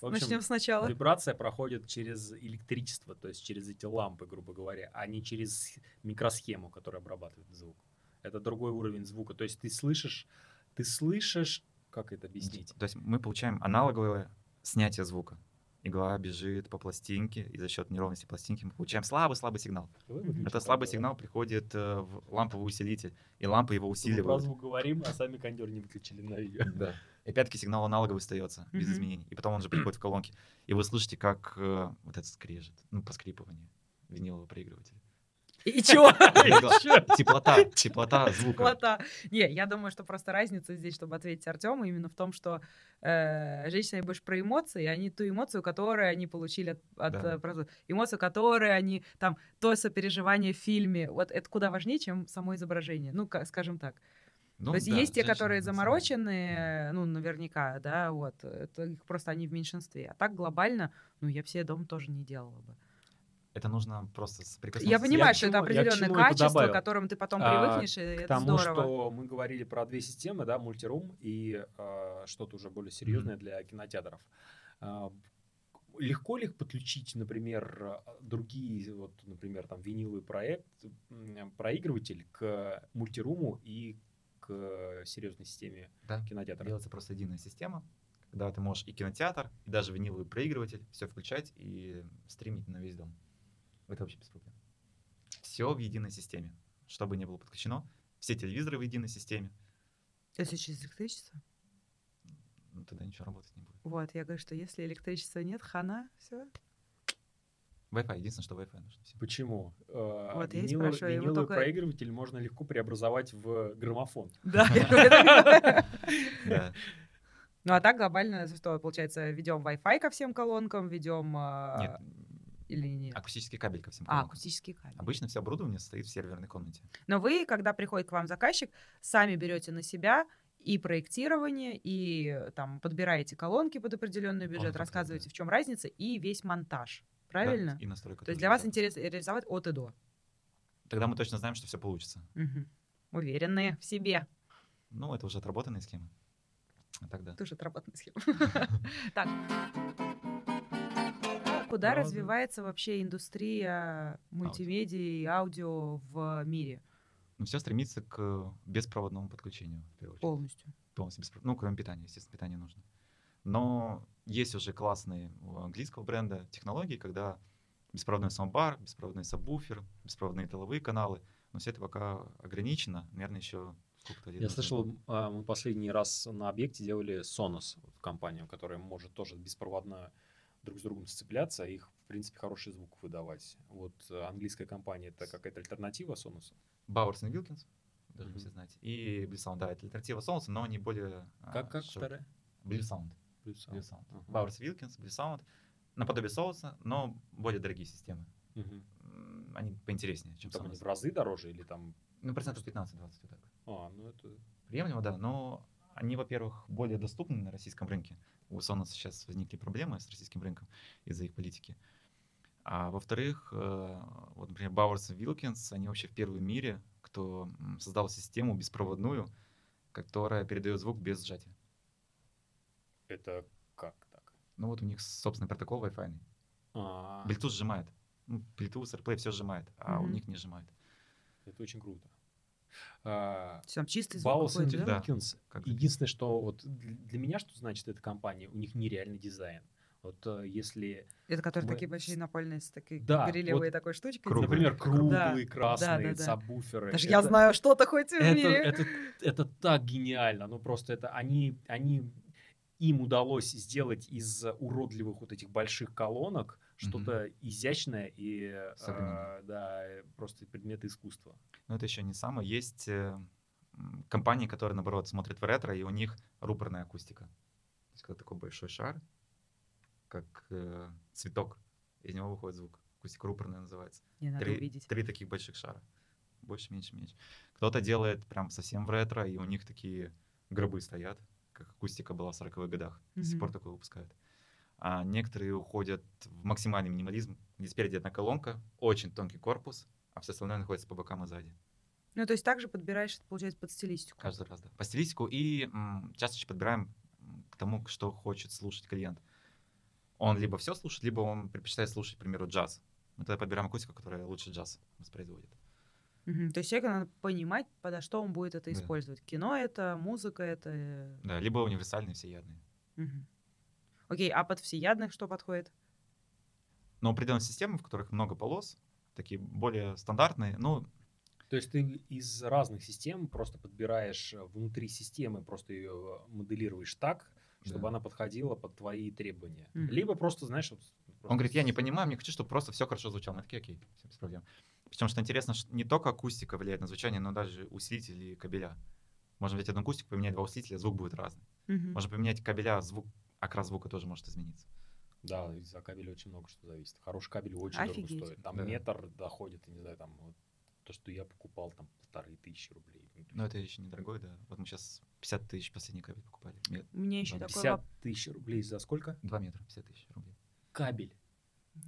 [SPEAKER 1] В общем,
[SPEAKER 2] Начнем сначала.
[SPEAKER 1] Вибрация проходит через электричество, то есть через эти лампы, грубо говоря, а не через микросхему, которая обрабатывает звук. Это другой уровень звука. То есть ты слышишь, ты слышишь, как это объяснить?
[SPEAKER 3] То есть мы получаем аналоговое снятие звука. Игла бежит по пластинке, и за счет неровности пластинки мы получаем слабый-слабый сигнал.
[SPEAKER 1] Давай выключим
[SPEAKER 3] Это слабый
[SPEAKER 1] кондер.
[SPEAKER 3] сигнал приходит э, в ламповый усилитель, и лампы его
[SPEAKER 1] Мы про
[SPEAKER 3] усиливают.
[SPEAKER 1] звук говорим, а сами кондер не выключили на видео.
[SPEAKER 3] Да. И опять-таки сигнал аналоговый остается без
[SPEAKER 2] Мгм.
[SPEAKER 3] изменений. И потом он же приходит в колонки. И вы слышите, как э, вот этот скрежет, ну, поскрипывание винилового проигрывателя.
[SPEAKER 2] И чего?
[SPEAKER 3] Игла. Теплота, теплота звука.
[SPEAKER 2] Теплота. Не, я думаю, что просто разница здесь, чтобы ответить Артему, именно в том, что э, женщины больше про эмоции, они ту эмоцию, которую они получили от, от,
[SPEAKER 3] Да.
[SPEAKER 2] э, процесса, эмоцию, которую они там то сопереживание в фильме, вот это куда важнее, чем само изображение. Ну, ка- скажем так.
[SPEAKER 3] Ну
[SPEAKER 2] То есть
[SPEAKER 3] да,
[SPEAKER 2] есть те,
[SPEAKER 3] женщины,
[SPEAKER 2] которые
[SPEAKER 3] на самом деле.
[SPEAKER 2] заморочены, ну, наверняка, да, вот, это их просто они в меньшинстве. А так глобально, ну, я все дома тоже не делала бы.
[SPEAKER 3] Это нужно просто соприкоснуться.
[SPEAKER 2] Я
[SPEAKER 3] с-
[SPEAKER 2] понимаю,
[SPEAKER 1] к
[SPEAKER 2] что это
[SPEAKER 1] чему- я к
[SPEAKER 2] определенное
[SPEAKER 1] чему это
[SPEAKER 2] качество,
[SPEAKER 1] добавил?
[SPEAKER 2] к которому ты потом
[SPEAKER 1] А,
[SPEAKER 2] привыкнешь, и
[SPEAKER 1] К
[SPEAKER 2] это
[SPEAKER 1] тому,
[SPEAKER 2] здорово.
[SPEAKER 1] что мы говорили про две системы, да, мультирум и э, что-то уже более серьезное для кинотеатров. А, легко ли их подключить, например, э, другие, вот, например, там виниловый проект, м, проигрыватель к мультируму и к серьезной системе
[SPEAKER 3] Да.
[SPEAKER 1] кинотеатра?
[SPEAKER 3] Делается просто единая система, когда ты можешь и кинотеатр, и даже виниловый проигрыватель все включать и стримить на весь дом. Это вообще без проблем. Все в единой системе, чтобы не было подключено. Все телевизоры в единой системе.
[SPEAKER 2] То есть через электричество?
[SPEAKER 3] Ну, тогда ничего работать не будет.
[SPEAKER 2] Вот, я говорю, что если электричества нет, хана, все.
[SPEAKER 3] Wi-Fi, единственное, что Wi-Fi нужно. всё.
[SPEAKER 1] Почему? Э,
[SPEAKER 2] Вот я и
[SPEAKER 1] виниловый-
[SPEAKER 2] спрашиваю, его
[SPEAKER 1] виниловый
[SPEAKER 2] только-
[SPEAKER 1] проигрыватель можно легко преобразовать в граммофон.
[SPEAKER 2] Да. я говорю.
[SPEAKER 3] Да.
[SPEAKER 2] Ну а так глобально, что получается, ведем Wi-Fi ко всем колонкам, ведем
[SPEAKER 3] Нет,
[SPEAKER 2] или А, нет?
[SPEAKER 3] акустический кабель ко всем
[SPEAKER 2] А,
[SPEAKER 3] колонкам.
[SPEAKER 2] акустический кабель.
[SPEAKER 3] Обычно все оборудование стоит в серверной комнате.
[SPEAKER 2] Но вы, когда приходит к вам заказчик, сами берете на себя и проектирование, и э, там подбираете колонки под определенный бюджет,
[SPEAKER 3] Комнату, да,
[SPEAKER 2] рассказываете,
[SPEAKER 3] да.
[SPEAKER 2] в чем разница, и весь монтаж.
[SPEAKER 3] Да,
[SPEAKER 2] Правильно?
[SPEAKER 3] и настройка.
[SPEAKER 2] То есть
[SPEAKER 3] тоже
[SPEAKER 2] для вас
[SPEAKER 3] обязательно.
[SPEAKER 2] интересно реализовать от и до.
[SPEAKER 3] Тогда мы точно знаем, что все получится.
[SPEAKER 2] Мгм. Уверенные в себе.
[SPEAKER 3] Ну, это уже отработанные схемы. А Тогда.
[SPEAKER 2] Тоже отработанная схема. Так. Куда
[SPEAKER 3] Ну, да.
[SPEAKER 2] развивается вообще индустрия мультимедии и аудио в мире
[SPEAKER 3] Ну, все стремится к э, беспроводному подключению, в первую очередь.
[SPEAKER 2] полностью?
[SPEAKER 3] Полностью беспро- Ну, кроме питания, естественно, питание нужно. Но есть уже классные у английского бренда технологии, когда беспроводной самбар, беспроводный сабвуфер, беспроводные тыловые каналы. Но все это пока ограничено. Наверное, еще сколько-то лет
[SPEAKER 1] Я
[SPEAKER 3] нужно
[SPEAKER 1] слышал,
[SPEAKER 3] будет.
[SPEAKER 1] а, мы последний раз на объекте делали Sonos, вот компанию, которая может тоже беспроводно друг с другом сцепляться, и их, в принципе, хороший звук выдавать. Вот э, английская компания это какая-то альтернатива Sonos.
[SPEAKER 3] Бауэрс и Вилкинс, должны
[SPEAKER 1] Мгм.
[SPEAKER 3] все знать. И Blue Sound, да, это альтернатива Солнца, но не более... а,
[SPEAKER 1] Как, как
[SPEAKER 3] широкая.
[SPEAKER 1] вторая?
[SPEAKER 3] Blue Sound.
[SPEAKER 1] Плюс, а.
[SPEAKER 3] Blue Sound.
[SPEAKER 1] Ага.
[SPEAKER 3] Бауэрс Вилкинс, Blue Sound. Наподобие соуса, но более дорогие системы.
[SPEAKER 1] Мгм.
[SPEAKER 3] М, Они поинтереснее, чем
[SPEAKER 1] Там они
[SPEAKER 3] Sonos.
[SPEAKER 1] в разы дороже или там...
[SPEAKER 3] Ну, процентов 15-20 вот так.
[SPEAKER 1] А, ну это...
[SPEAKER 3] Приемлемо, да, но они, во-первых, более доступны на российском рынке. У Sonos сейчас возникли проблемы с российским рынком из-за их политики. А во-вторых, э, вот, например, Bowers и Wilkins, они вообще в первом мире, кто м, создал систему беспроводную, которая передает звук без сжатия.
[SPEAKER 1] Это как так?
[SPEAKER 3] Ну вот у них собственный протокол Wi-Fi.
[SPEAKER 1] А,
[SPEAKER 3] Bluetooth сжимает. Ну, Bluetooth, AirPlay все сжимает, а у
[SPEAKER 2] Мгм.
[SPEAKER 3] них не сжимает.
[SPEAKER 1] это очень круто. А,
[SPEAKER 2] То есть Там чистый звук
[SPEAKER 1] Bowers
[SPEAKER 2] какой-то, да?
[SPEAKER 3] да?
[SPEAKER 1] Wilkins.
[SPEAKER 3] Как
[SPEAKER 1] Единственное, что вот для для меня что значит эта компания, у них нереальный дизайн. Вот э, если
[SPEAKER 2] Это которые
[SPEAKER 1] Мы
[SPEAKER 2] такие
[SPEAKER 1] с-
[SPEAKER 2] большие напольные, с такой
[SPEAKER 1] Да,
[SPEAKER 2] горелевой
[SPEAKER 1] вот
[SPEAKER 2] такой штучкой.
[SPEAKER 3] круглые.
[SPEAKER 1] Например, круглые,
[SPEAKER 2] Да,
[SPEAKER 1] красные,
[SPEAKER 2] да, да.
[SPEAKER 1] сабвуферы.
[SPEAKER 2] Даже
[SPEAKER 1] Это-
[SPEAKER 2] я знаю, что такое в
[SPEAKER 1] Это,
[SPEAKER 2] мире.
[SPEAKER 1] это, это так гениально. Ну просто это они, они им удалось сделать из уродливых вот этих больших колонок что-то изящное и э,
[SPEAKER 3] Современное.
[SPEAKER 1] да, э, просто предметы искусства.
[SPEAKER 3] Но это еще не самое. Есть э, м, компании, которые, наоборот, смотрят в ретро, и у них рупорная акустика. То есть, когда такой большой шар, как э, цветок, из него выходит звук. Акустика рупорная называется.
[SPEAKER 2] Не надо
[SPEAKER 3] Три,
[SPEAKER 2] увидеть.
[SPEAKER 3] три таких больших шара. Больше, меньше, меньше. Кто-то делает прям совсем в ретро, и у них такие гробы стоят, как акустика была в 40-х годах. До сих
[SPEAKER 2] Мгм.
[SPEAKER 3] пор такое выпускают. а некоторые уходят в максимальный минимализм, где спереди одна колонка, очень тонкий корпус, а все остальное находится по бокам и сзади.
[SPEAKER 2] Ну, то есть также подбираешь, получается, под стилистику.
[SPEAKER 3] Каждый раз, да. По стилистику и м, часто еще подбираем м, к тому, что хочет слушать клиент. Он либо все слушает, либо он предпочитает слушать, к примеру, джаз. Мы тогда подбираем акустику, которая лучше джаз воспроизводит.
[SPEAKER 2] Мгм. То есть человеку надо понимать, подо что он будет это
[SPEAKER 3] Да.
[SPEAKER 2] использовать. Кино это, музыка это. э,
[SPEAKER 3] Да, либо универсальные, всеядные.
[SPEAKER 2] мгм. Окей, а под всеядных что подходит?
[SPEAKER 3] Но определенные системы, в которых много полос, такие более стандартные, ну,
[SPEAKER 1] То есть ты из разных систем просто подбираешь э, внутри системы, просто ее моделируешь так, чтобы
[SPEAKER 3] Да.
[SPEAKER 1] она подходила под твои требования.
[SPEAKER 2] Мгм.
[SPEAKER 1] Либо просто, знаешь, вот просто-
[SPEAKER 3] Он говорит, я не понимаю, мне хочу, чтобы просто все хорошо звучало. Мы такие, окей, все без проблем. Причем, что интересно, ш- не только акустика влияет на звучание, но даже усилители и кабеля. Можно взять одну акустику, поменять два усилителя, звук будет разный.
[SPEAKER 2] Мгм.
[SPEAKER 3] Можно поменять кабеля, звук, окрас звука тоже может измениться.
[SPEAKER 1] Да, из-за кабеля очень много что зависит. Хороший кабель очень
[SPEAKER 2] Офигеть.
[SPEAKER 1] дорого стоит. Там
[SPEAKER 3] Да.
[SPEAKER 1] метр доходит, я не знаю, там вот то, что я покупал, там полторы тысячи рублей. Ну, то
[SPEAKER 3] Но
[SPEAKER 1] есть
[SPEAKER 3] это еще недорогой, да. Вот мы сейчас 50 тысяч последний кабель покупали. Нет,
[SPEAKER 2] У меня еще
[SPEAKER 3] Да,
[SPEAKER 2] такой
[SPEAKER 1] 50
[SPEAKER 2] воп-
[SPEAKER 1] тысяч рублей за сколько?
[SPEAKER 3] 2 метра, 50 тысяч рублей.
[SPEAKER 1] Кабель.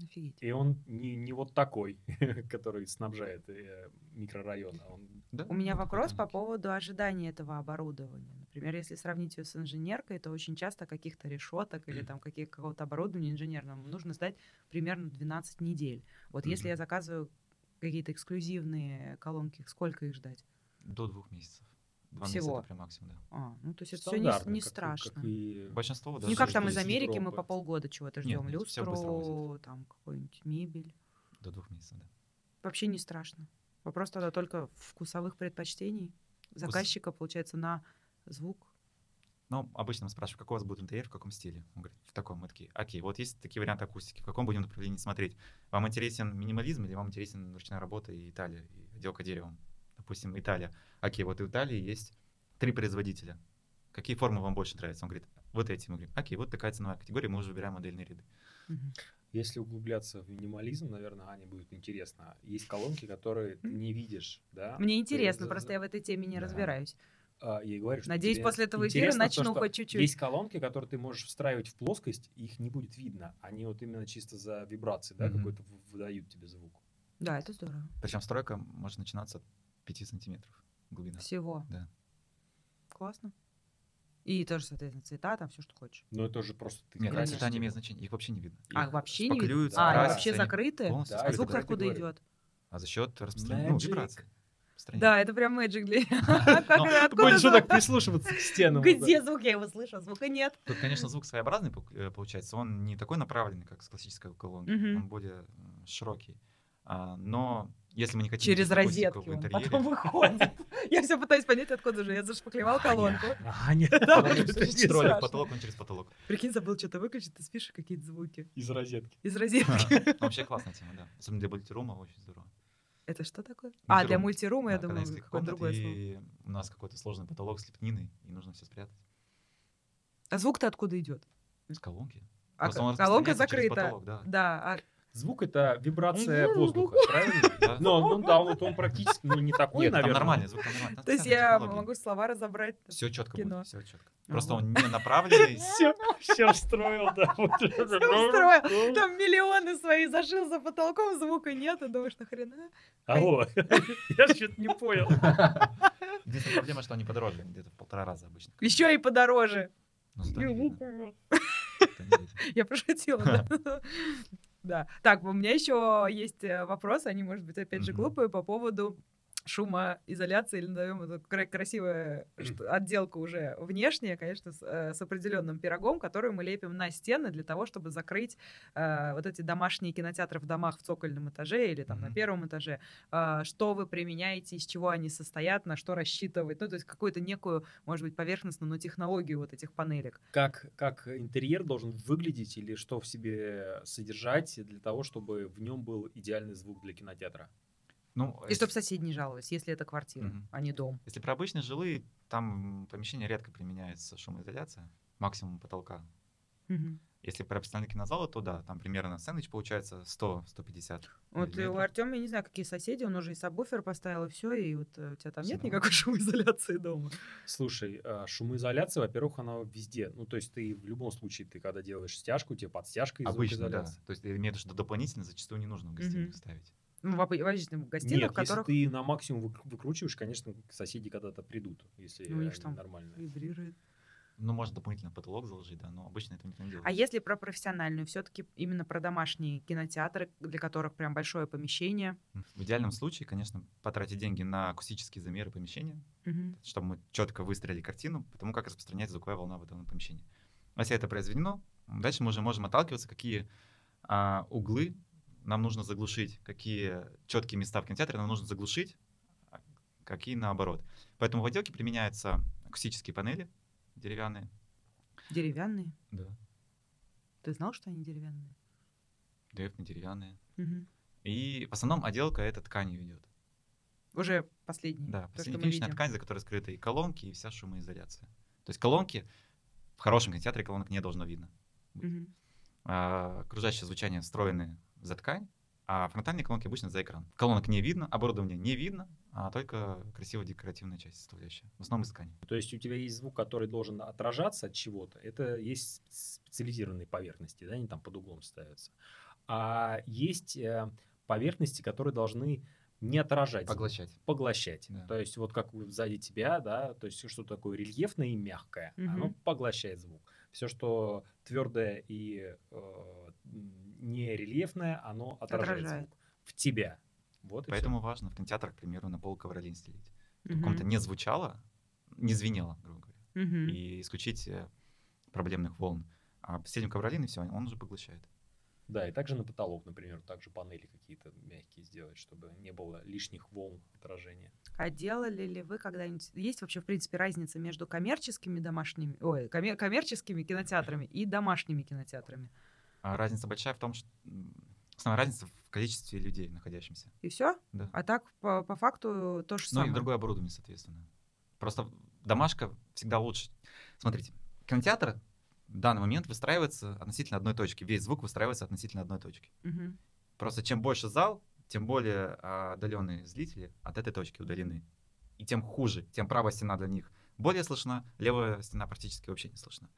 [SPEAKER 2] Офигеть.
[SPEAKER 1] И он не, не вот такой, который снабжает э, микрорайон, а он
[SPEAKER 3] Да,
[SPEAKER 2] У меня
[SPEAKER 3] вот такой
[SPEAKER 2] вопрос по
[SPEAKER 3] тоненький.
[SPEAKER 2] поводу ожидания этого оборудования. Например, если сравнить ее с инженеркой, то очень часто каких-то решеток или там каких- какого-то оборудования инженерного нужно сдать примерно 12 недель. Вот если
[SPEAKER 3] Мгм.
[SPEAKER 2] я заказываю какие-то эксклюзивные колонки, сколько их ждать?
[SPEAKER 3] До двух месяцев. Два
[SPEAKER 2] Всего.
[SPEAKER 3] месяца это прям максимум, да.
[SPEAKER 2] А, ну то есть это все не, с-
[SPEAKER 1] стандартный,
[SPEAKER 2] не
[SPEAKER 1] как и-
[SPEAKER 2] страшно.
[SPEAKER 1] Как и...
[SPEAKER 3] Большинство даже...
[SPEAKER 2] Ну, как там
[SPEAKER 1] что
[SPEAKER 2] из
[SPEAKER 1] из
[SPEAKER 2] Америки мы
[SPEAKER 1] Европы.
[SPEAKER 2] по полгода чего-то
[SPEAKER 3] Нет,
[SPEAKER 2] ждем.
[SPEAKER 3] нет, всё быстро
[SPEAKER 2] Люстру,
[SPEAKER 3] возят.
[SPEAKER 2] там какую-нибудь мебель.
[SPEAKER 3] До двух месяцев, да.
[SPEAKER 2] Вообще не страшно. Вопрос тогда только вкусовых предпочтений заказчика, получается, на звук.
[SPEAKER 3] Ну, обычно мы спрашиваем, какой у вас будет интерьер, в каком стиле. Он говорит, в таком. Мы такие, окей, вот есть такие варианты акустики, в каком будем направлении смотреть? Вам интересен минимализм или вам интересен ручная работа и Италия, и отделка деревом? Допустим, Италия. Окей, вот и в Италии есть три производителя. Какие формы вам больше нравятся? Он говорит, вот эти. Мы говорим, окей, вот такая ценовая категория, мы уже выбираем модельные ряды.
[SPEAKER 2] Мгм.
[SPEAKER 1] Если углубляться в минимализм, наверное, Ане будет интересно. Есть колонки, которые ты не видишь, да?
[SPEAKER 2] Мне
[SPEAKER 1] Ты
[SPEAKER 2] интересно,
[SPEAKER 1] за-
[SPEAKER 2] просто я в этой теме не
[SPEAKER 3] Да.
[SPEAKER 2] разбираюсь.
[SPEAKER 1] а, я и говорю, что
[SPEAKER 2] Надеюсь,
[SPEAKER 1] тебе
[SPEAKER 2] после этого эфира
[SPEAKER 1] интересно то,
[SPEAKER 2] начну
[SPEAKER 1] что
[SPEAKER 2] хоть чуть-чуть.
[SPEAKER 1] Есть колонки, которые ты можешь встраивать в плоскость, и их не будет видно. Они вот именно чисто за вибрации, да,
[SPEAKER 3] Мгм.
[SPEAKER 1] какой-то в- выдают тебе звук.
[SPEAKER 2] Да, это здорово.
[SPEAKER 3] Причем стройка может начинаться от 5 сантиметров глубина.
[SPEAKER 2] Всего.
[SPEAKER 3] Да.
[SPEAKER 2] Классно. И тоже, соответственно, цвета, там все, что хочешь.
[SPEAKER 1] Но это же просто ты
[SPEAKER 3] Нет,
[SPEAKER 2] Красишь
[SPEAKER 3] цвета не
[SPEAKER 1] его.
[SPEAKER 3] имеют значения, их вообще не видно.
[SPEAKER 2] а,
[SPEAKER 3] Их
[SPEAKER 2] вообще не видно?
[SPEAKER 3] спаклюют,
[SPEAKER 1] да.
[SPEAKER 2] А, они
[SPEAKER 1] красят,
[SPEAKER 3] красят,
[SPEAKER 2] вообще
[SPEAKER 3] они
[SPEAKER 2] закрыты?
[SPEAKER 3] полностью
[SPEAKER 1] Да,
[SPEAKER 2] А
[SPEAKER 1] это
[SPEAKER 2] звук
[SPEAKER 1] про это
[SPEAKER 2] откуда
[SPEAKER 1] говорю.
[SPEAKER 2] идет?
[SPEAKER 3] А за счет распространения, ну,
[SPEAKER 1] Magic.
[SPEAKER 3] вибрации. Распространения.
[SPEAKER 2] Да, это прям Magic для... Как- Откуда
[SPEAKER 1] Будешь вот
[SPEAKER 2] звук?
[SPEAKER 1] так прислушиваться к стенам. вот
[SPEAKER 2] Где звук? Я его слышу, а звука нет.
[SPEAKER 3] Тут, конечно, звук своеобразный пок- э, получается. Он не такой направленный, как с классической колонки.
[SPEAKER 2] Мгм.
[SPEAKER 3] Он более м, широкий. А, но если мы не хотим...
[SPEAKER 2] Через
[SPEAKER 3] видеть акустику
[SPEAKER 2] розетки
[SPEAKER 3] в
[SPEAKER 2] он
[SPEAKER 3] интерьере,
[SPEAKER 2] потом выходит. Я все пытаюсь понять, откуда же. Я
[SPEAKER 1] А,
[SPEAKER 2] зашпаклевал колонку.
[SPEAKER 1] так. Аня,
[SPEAKER 2] Да,
[SPEAKER 1] Аня,
[SPEAKER 2] это
[SPEAKER 1] ты
[SPEAKER 2] же
[SPEAKER 1] здесь
[SPEAKER 3] Тролль
[SPEAKER 2] страшно.
[SPEAKER 3] в потолок, он через потолок.
[SPEAKER 2] Прикинь, забыл что-то выключить, ты спишь какие-то звуки
[SPEAKER 1] Из розетки.
[SPEAKER 2] из розетки.
[SPEAKER 3] А, ну, Вообще классная тема, да. Особенно для мультирума очень здорово.
[SPEAKER 2] Это что такое? А, для мультирума, я
[SPEAKER 3] Да, когда
[SPEAKER 2] думаю,
[SPEAKER 3] несколько
[SPEAKER 2] какое-то
[SPEAKER 3] комнат,
[SPEAKER 2] другое слово.
[SPEAKER 3] и у нас какой-то сложный потолок с лепниной, и нужно все спрятать.
[SPEAKER 2] А звук-то откуда идет?
[SPEAKER 3] С колонки.
[SPEAKER 2] А
[SPEAKER 3] Просто он
[SPEAKER 2] к- колонка
[SPEAKER 3] распространяется через
[SPEAKER 2] закрыта.
[SPEAKER 3] потолок, да.
[SPEAKER 2] Да, а-
[SPEAKER 1] Звук это вибрация
[SPEAKER 2] Мгм.
[SPEAKER 1] воздуха, правильно?
[SPEAKER 3] Да.
[SPEAKER 1] Но он, да, вот он практически ну, не такой,
[SPEAKER 3] Нет, там
[SPEAKER 1] наверное.
[SPEAKER 3] нормальный звук, там нормальный.
[SPEAKER 2] то есть я могу слова разобрать.
[SPEAKER 3] Все четко
[SPEAKER 2] кино.
[SPEAKER 3] будет, все четко. Просто
[SPEAKER 2] Ага.
[SPEAKER 3] он не направленный.
[SPEAKER 1] Все, все встроил, да. вот это да.
[SPEAKER 2] устроил. Там миллионы свои зашил за потолком, звука нет, и думаешь, нахрена?
[SPEAKER 1] Алло, я что-то не понял.
[SPEAKER 3] Единственная проблема, что они подороже, где-то в полтора раза обычно.
[SPEAKER 2] Еще и подороже.
[SPEAKER 3] Ну, зато не видно.
[SPEAKER 2] Я пошутила, да. Да. Так, у меня еще есть э, вопросы, они, может быть, опять же,
[SPEAKER 3] Мгм.
[SPEAKER 2] глупые, по поводу шумоизоляции, или назовем это кра- красивая что- отделка уже внешняя, конечно, с, э, с определенным пирогом, который мы лепим на стены для того, чтобы закрыть э, вот эти домашние кинотеатры в домах в цокольном этаже или там на
[SPEAKER 3] Мгм.
[SPEAKER 2] первом этаже. Э, что вы применяете, из чего они состоят, на что рассчитывать, ну, то есть какую-то некую, может быть, поверхностную, но технологию вот этих панелек.
[SPEAKER 1] Как, как интерьер должен выглядеть или что в себе содержать для того, чтобы в нем был идеальный звук для кинотеатра?
[SPEAKER 3] Ну,
[SPEAKER 2] И
[SPEAKER 3] если,
[SPEAKER 2] чтобы соседи не жаловались, если это квартира,
[SPEAKER 3] Мгм.
[SPEAKER 2] а не дом.
[SPEAKER 3] если про обычные жилые, там помещение редко применяется шумоизоляция, максимум потолка.
[SPEAKER 2] Мгм.
[SPEAKER 3] Если про профессиональные кинозалы, то да, там примерно сэндвич получается 100-150.
[SPEAKER 2] Вот и у
[SPEAKER 3] миллиметров.
[SPEAKER 2] Артема, я не знаю, какие соседи, он уже и сабвуфер поставил, и все, и вот э, у тебя там
[SPEAKER 3] Всё
[SPEAKER 2] нет
[SPEAKER 3] нормально.
[SPEAKER 2] никакой шумоизоляции дома.
[SPEAKER 1] Слушай, а, шумоизоляция, во-первых, она везде. Ну, то есть ты в любом случае, ты когда делаешь стяжку, тебе под стяжкой
[SPEAKER 3] Обычно, да.
[SPEAKER 1] звукоизоляция.
[SPEAKER 3] То есть я имею в виду, что дополнительно зачастую не нужно в гостиную
[SPEAKER 2] Мгм.
[SPEAKER 3] ставить.
[SPEAKER 2] Ну, в обы- в обычных гостиных,
[SPEAKER 1] Нет,
[SPEAKER 2] в которых
[SPEAKER 1] если ты на максимум вык- выкручиваешь, конечно, соседи когда-то придут, если
[SPEAKER 2] Ну, у них
[SPEAKER 1] они
[SPEAKER 2] там
[SPEAKER 1] нормальные.
[SPEAKER 2] вибрирует.
[SPEAKER 3] Ну, можно дополнительно потолок заложить, да, но обычно это никто не делает.
[SPEAKER 2] А если про профессиональную, все-таки именно про домашние кинотеатры, для которых прям большое помещение.
[SPEAKER 3] В идеальном случае, конечно, потратить деньги на акустические замеры помещения,
[SPEAKER 2] Мгм.
[SPEAKER 3] чтобы мы четко выстроили картину, потому как распространяется звуковая волна в данном помещении. А Если это произведено, дальше мы уже можем отталкиваться, какие а, углы нам нужно заглушить, какие четкие места в кинотеатре нам нужно заглушить, а какие наоборот. Поэтому в отделке применяются акустические панели деревянные.
[SPEAKER 2] Деревянные.
[SPEAKER 3] Да.
[SPEAKER 2] Ты знал, что они деревянные?
[SPEAKER 3] деревянные.
[SPEAKER 2] Мгм.
[SPEAKER 3] И в основном отделка это тканью идет.
[SPEAKER 2] Уже последние.
[SPEAKER 3] Да,
[SPEAKER 2] то, что
[SPEAKER 3] последняя
[SPEAKER 2] мы
[SPEAKER 3] финишная
[SPEAKER 2] видим.
[SPEAKER 3] ткань, за которой скрыты и колонки, и вся шумоизоляция. То есть колонки, в хорошем кинотеатре колонок не должно видно.
[SPEAKER 2] Мгм.
[SPEAKER 3] а, окружающее звучание встроены за ткань, а фронтальные колонки обычно за экран. Колонок не видно, оборудование не видно, а только красиво декоративная часть составляющая. В основном из ткани.
[SPEAKER 1] То есть у тебя есть звук, который должен отражаться от чего-то. Это есть сп- специализированные поверхности, да, они там под углом ставятся. А есть э, поверхности, которые должны не отражать, звук,
[SPEAKER 3] Поглощать.
[SPEAKER 1] поглощать.
[SPEAKER 3] Да.
[SPEAKER 1] То есть вот как у- сзади тебя, да, то есть что такое рельефное и мягкое,
[SPEAKER 2] Мгм.
[SPEAKER 1] оно поглощает звук. Все, что твердое и э, не рельефное, оно отражает,
[SPEAKER 2] Отражает.
[SPEAKER 1] звук в тебя. Вот и всё.
[SPEAKER 3] Поэтому важно в кинотеатрах, к примеру, на пол ковролин стелить. В
[SPEAKER 2] Мгм.
[SPEAKER 3] каком-то не звучало, не звенело, грубо говоря.
[SPEAKER 2] Мгм.
[SPEAKER 3] И исключить э, проблемных волн. А стелим ковролин и все, он уже поглощает.
[SPEAKER 1] Да, и также на потолок, например, также панели какие-то мягкие сделать, чтобы не было лишних волн отражения.
[SPEAKER 2] А делали ли вы когда-нибудь... Есть вообще, в принципе, разница между коммерческими домашними... Ой, коммер- коммерческими кинотеатрами и домашними кинотеатрами?
[SPEAKER 3] А разница большая в том, что м, основная разница в количестве людей, находящихся.
[SPEAKER 2] И все?
[SPEAKER 3] Да.
[SPEAKER 2] А так, по, по факту, то же
[SPEAKER 3] Ну
[SPEAKER 2] самое.
[SPEAKER 3] и другое оборудование, соответственно. Просто домашка всегда лучше. Смотрите, кинотеатр в данный момент выстраивается относительно одной точки. Весь звук выстраивается относительно одной точки.
[SPEAKER 2] Мгм.
[SPEAKER 3] Просто чем больше зал, тем более а, отдаленные зрители от этой точки удалены. И тем хуже, тем правая стена для них более слышна, левая стена практически вообще не слышна.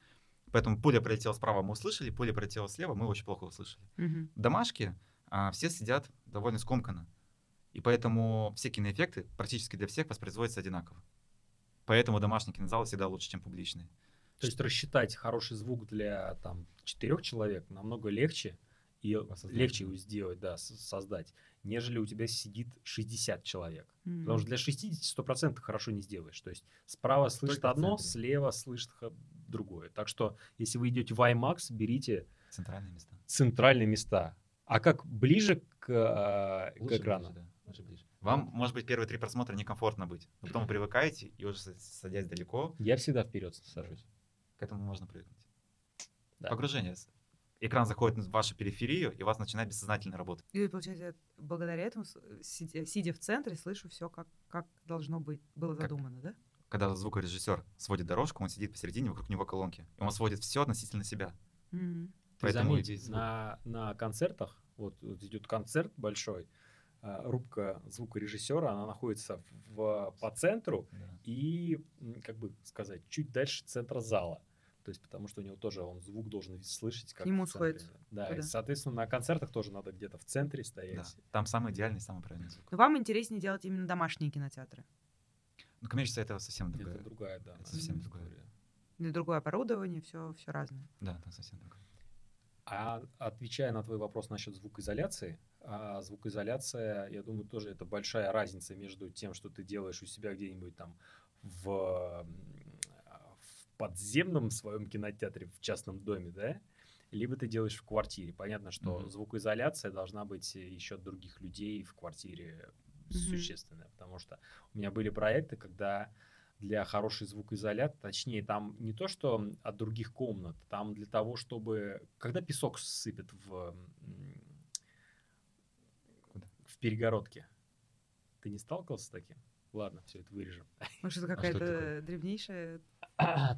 [SPEAKER 3] Поэтому пуля пролетела справа, мы услышали, пуля пролетела слева, мы очень плохо услышали.
[SPEAKER 2] Мгм.
[SPEAKER 3] В домашке а, все сидят довольно скомканно. И поэтому все киноэффекты практически для всех воспроизводятся одинаково. Поэтому домашний кинозал всегда лучше, чем публичный.
[SPEAKER 1] То есть рассчитать хороший звук для там четырех человек намного легче и
[SPEAKER 3] Воссоздать,
[SPEAKER 1] легче
[SPEAKER 3] да.
[SPEAKER 1] его сделать, да, с- создать, нежели у тебя сидит 60 человек.
[SPEAKER 2] Мгм.
[SPEAKER 1] Потому что для 60 100% хорошо не сделаешь. То есть справа слышит
[SPEAKER 3] Только в
[SPEAKER 1] одно,
[SPEAKER 3] центре.
[SPEAKER 1] слева слышит ха- другое. Так что если вы идете в IMAX, берите
[SPEAKER 3] Центральные места.
[SPEAKER 1] центральные места. А как ближе к, э, к
[SPEAKER 3] Лучше
[SPEAKER 1] экрану?
[SPEAKER 3] ближе, да, лучше ближе. Вам, может быть, первые три просмотра некомфортно быть. Но потом привыкаете, и уже с- садясь далеко,
[SPEAKER 1] Я всегда вперед сажусь.
[SPEAKER 3] к этому можно привыкнуть.
[SPEAKER 1] Да.
[SPEAKER 3] Погружение. Экран заходит в вашу периферию, и у вас начинает бессознательно работать.
[SPEAKER 2] И, получается, я благодаря этому, с- сидя, сидя в центре, слышу все, как, как должно быть, было
[SPEAKER 3] Как-
[SPEAKER 2] задумано, да?
[SPEAKER 3] Когда звукорежиссер сводит дорожку, он сидит посередине, вокруг него колонки. И он сводит все относительно себя.
[SPEAKER 2] Мгм.
[SPEAKER 1] Ты
[SPEAKER 3] Поэтому и
[SPEAKER 1] заметь,
[SPEAKER 3] весь звук.
[SPEAKER 1] на, на концертах, вот, вот идет концерт большой, а, рубка звукорежиссера, она находится в, по центру
[SPEAKER 3] Да.
[SPEAKER 1] и, м, как бы сказать, чуть дальше центра зала. То есть, потому что у него тоже он звук должен слышать. Как
[SPEAKER 2] К нему
[SPEAKER 1] в центре.
[SPEAKER 2] сходит
[SPEAKER 1] Да, и,
[SPEAKER 2] туда.
[SPEAKER 1] соответственно, на концертах тоже надо где-то в центре
[SPEAKER 3] Да.
[SPEAKER 1] стоять.
[SPEAKER 3] Там самый идеальный, самый правильный звук.
[SPEAKER 2] Но вам интереснее делать именно домашние кинотеатры.
[SPEAKER 3] Ну, коммерческая это совсем
[SPEAKER 1] Это
[SPEAKER 3] другая.
[SPEAKER 1] другая, да.
[SPEAKER 3] Это совсем
[SPEAKER 1] история.
[SPEAKER 3] другое.
[SPEAKER 2] Для другое оборудование, все, все разное.
[SPEAKER 3] Да, там совсем другая.
[SPEAKER 1] А отвечая на твой вопрос насчет звукоизоляции, а, звукоизоляция, я думаю, тоже это большая разница между тем, что ты делаешь у себя где-нибудь там в, м, в подземном своем кинотеатре в частном доме, да, либо ты делаешь в квартире. Понятно, что
[SPEAKER 3] Мгм.
[SPEAKER 1] звукоизоляция должна быть еще от других людей в квартире существенная, потому что у меня были проекты, когда для хорошей звукоизоляции, точнее, там не то, что от других комнат, там для того, чтобы... Когда песок сыпет в, м,
[SPEAKER 3] Куда?
[SPEAKER 1] в перегородке, ты не сталкивался с таким? Ладно, все это вырежем.
[SPEAKER 2] Может, это
[SPEAKER 3] А что это
[SPEAKER 2] какая-то
[SPEAKER 3] такое?
[SPEAKER 2] древнейшая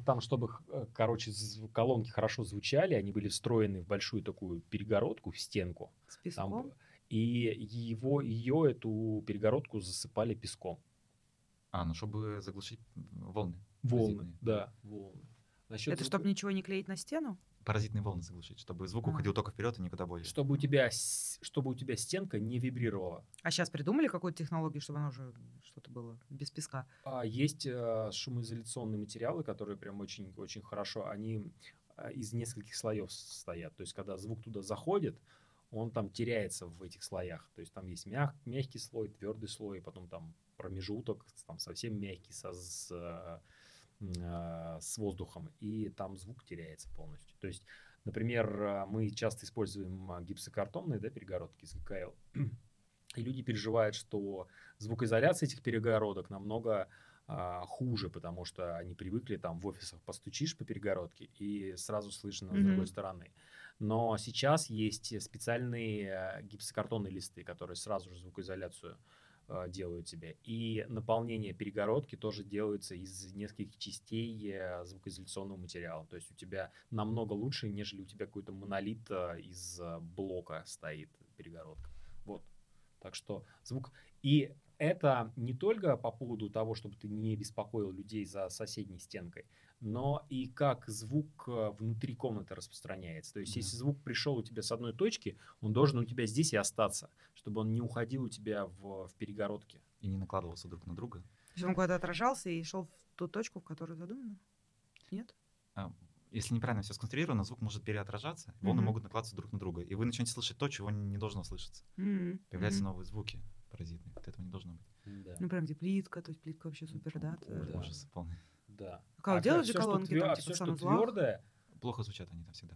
[SPEAKER 1] Там, чтобы, э, короче, зв- колонки хорошо звучали, они были встроены в большую такую перегородку, в стенку.
[SPEAKER 2] С
[SPEAKER 1] Там
[SPEAKER 2] песком.
[SPEAKER 1] б- и его, ее, эту перегородку засыпали песком.
[SPEAKER 3] А, ну чтобы заглушить волны.
[SPEAKER 1] Волны,
[SPEAKER 3] Позитивные.
[SPEAKER 1] да, волны. Насчет
[SPEAKER 2] Это
[SPEAKER 1] звука-
[SPEAKER 2] чтобы ничего не клеить на стену?
[SPEAKER 3] Паразитные волны заглушить, чтобы звук
[SPEAKER 2] А.
[SPEAKER 3] уходил только вперед и никуда более.
[SPEAKER 1] чтобы у тебя, с- чтобы у тебя стенка не вибрировала.
[SPEAKER 2] А сейчас придумали какую-то технологию, чтобы оно уже что-то было без песка?
[SPEAKER 1] А Есть э, шумоизоляционные материалы, которые прям очень, очень хорошо, они э, из нескольких слоев состоят. То есть, когда звук туда заходит, он там теряется в этих слоях. То есть, там есть мяг- мягкий слой, твердый слой, потом там промежуток, там совсем мягкий со, с, э, м, э, с воздухом, и там звук теряется полностью. То есть, например, э, мы часто используем э, гипсокартонные да, перегородки из ГКЛ, и люди переживают, что звукоизоляция этих перегородок намного а, хуже, потому что они привыкли там в офисах постучишь по перегородке и сразу слышно с
[SPEAKER 2] Мгм.
[SPEAKER 1] другой стороны. Но сейчас есть специальные э, гипсокартонные листы, которые сразу же звукоизоляцию э, делают тебе. И наполнение перегородки тоже делается из нескольких частей э, звукоизоляционного материала. То есть у тебя намного лучше, нежели у тебя какой-то монолит э, из э, блока стоит перегородка. Вот. Так что звук... И это не только по поводу того, чтобы ты не беспокоил людей за соседней стенкой, но и как звук э, внутри комнаты распространяется. То есть,
[SPEAKER 3] Да.
[SPEAKER 1] если звук пришел у тебя с одной точки, он должен у тебя здесь и остаться, чтобы он не уходил у тебя в, в перегородке.
[SPEAKER 3] И не накладывался друг на друга.
[SPEAKER 2] Если он куда-то отражался и шел в ту точку, в которую задумано? Нет?
[SPEAKER 3] А, Если неправильно все сконструировано, звук может переотражаться, и волны
[SPEAKER 2] Мгм.
[SPEAKER 3] могут накладываться друг на друга. И вы начнете слышать то, чего не должно слышаться.
[SPEAKER 2] Мгм.
[SPEAKER 3] Появляются
[SPEAKER 2] Мгм.
[SPEAKER 3] новые звуки паразитные. Вот этого не должно быть.
[SPEAKER 2] Ну, прям где плитка, то есть плитка вообще супер, да?
[SPEAKER 3] Ой,
[SPEAKER 1] Да.
[SPEAKER 3] Ужас полный.
[SPEAKER 1] Да.
[SPEAKER 2] Как делают же
[SPEAKER 1] всё, что
[SPEAKER 2] колонки
[SPEAKER 1] твё-
[SPEAKER 2] там,
[SPEAKER 1] а
[SPEAKER 2] типа,
[SPEAKER 1] всё,
[SPEAKER 2] в
[SPEAKER 1] что
[SPEAKER 2] санузлах?
[SPEAKER 1] твердое,
[SPEAKER 3] Плохо звучат они там всегда.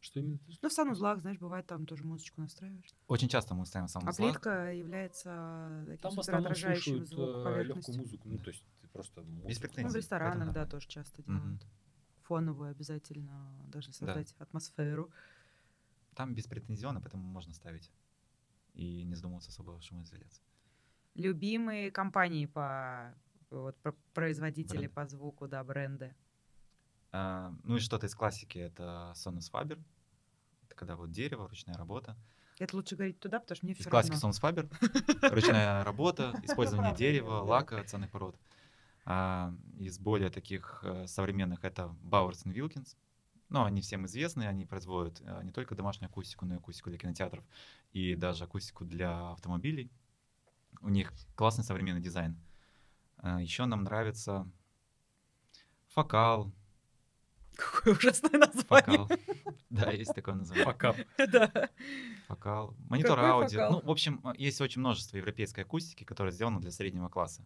[SPEAKER 1] что именно? ты-
[SPEAKER 2] Ну, в санузлах, знаешь, бывает, там тоже музычку настраиваешь.
[SPEAKER 3] Очень часто мы ставим сам
[SPEAKER 2] А плитка является э, таким
[SPEAKER 1] Там в основном
[SPEAKER 2] суперотражающим
[SPEAKER 1] слушают
[SPEAKER 2] типа звук
[SPEAKER 1] легкую
[SPEAKER 2] поверхностью.
[SPEAKER 1] музыку. Ну, то есть ты просто музыку.
[SPEAKER 2] Ну, в
[SPEAKER 3] Поэтому
[SPEAKER 2] ресторанах, да,
[SPEAKER 3] да.
[SPEAKER 2] тоже часто
[SPEAKER 3] Мгм.
[SPEAKER 2] делают. Фоновую обязательно должны создать атмосферу.
[SPEAKER 3] Там беспретензионно, поэтому можно ставить. И не задумываться особо о шумоизоляции.
[SPEAKER 2] Любимые компании по вот, про- производители
[SPEAKER 3] Бренды.
[SPEAKER 2] по звуку, да, бренды.
[SPEAKER 3] А, ну и что-то из классики это Sonus Faber. Это когда вот дерево, ручная работа.
[SPEAKER 2] Это лучше говорить туда, потому что мне
[SPEAKER 3] Из
[SPEAKER 2] все
[SPEAKER 3] классики
[SPEAKER 2] равно.
[SPEAKER 3] Sonus Faber. Ручная работа, использование
[SPEAKER 2] Правда,
[SPEAKER 3] дерева,
[SPEAKER 2] да.
[SPEAKER 3] лака, ценных пород. А, из более таких э, современных это Bowers Wilkins. Ну, они всем известны, они производят э, не только домашнюю акустику, но и акустику для кинотеатров и даже акустику для автомобилей. У них классный современный дизайн. Еще нам нравится фокал.
[SPEAKER 2] Какое ужасное название.
[SPEAKER 3] Фокал. Да, есть такое название.
[SPEAKER 1] Пока.
[SPEAKER 2] Да.
[SPEAKER 3] Фокал. Монитор
[SPEAKER 2] Какой
[SPEAKER 3] аудио.
[SPEAKER 2] фокал?
[SPEAKER 3] Ну, в общем, а, есть очень множество европейской акустики, которая сделана для среднего класса.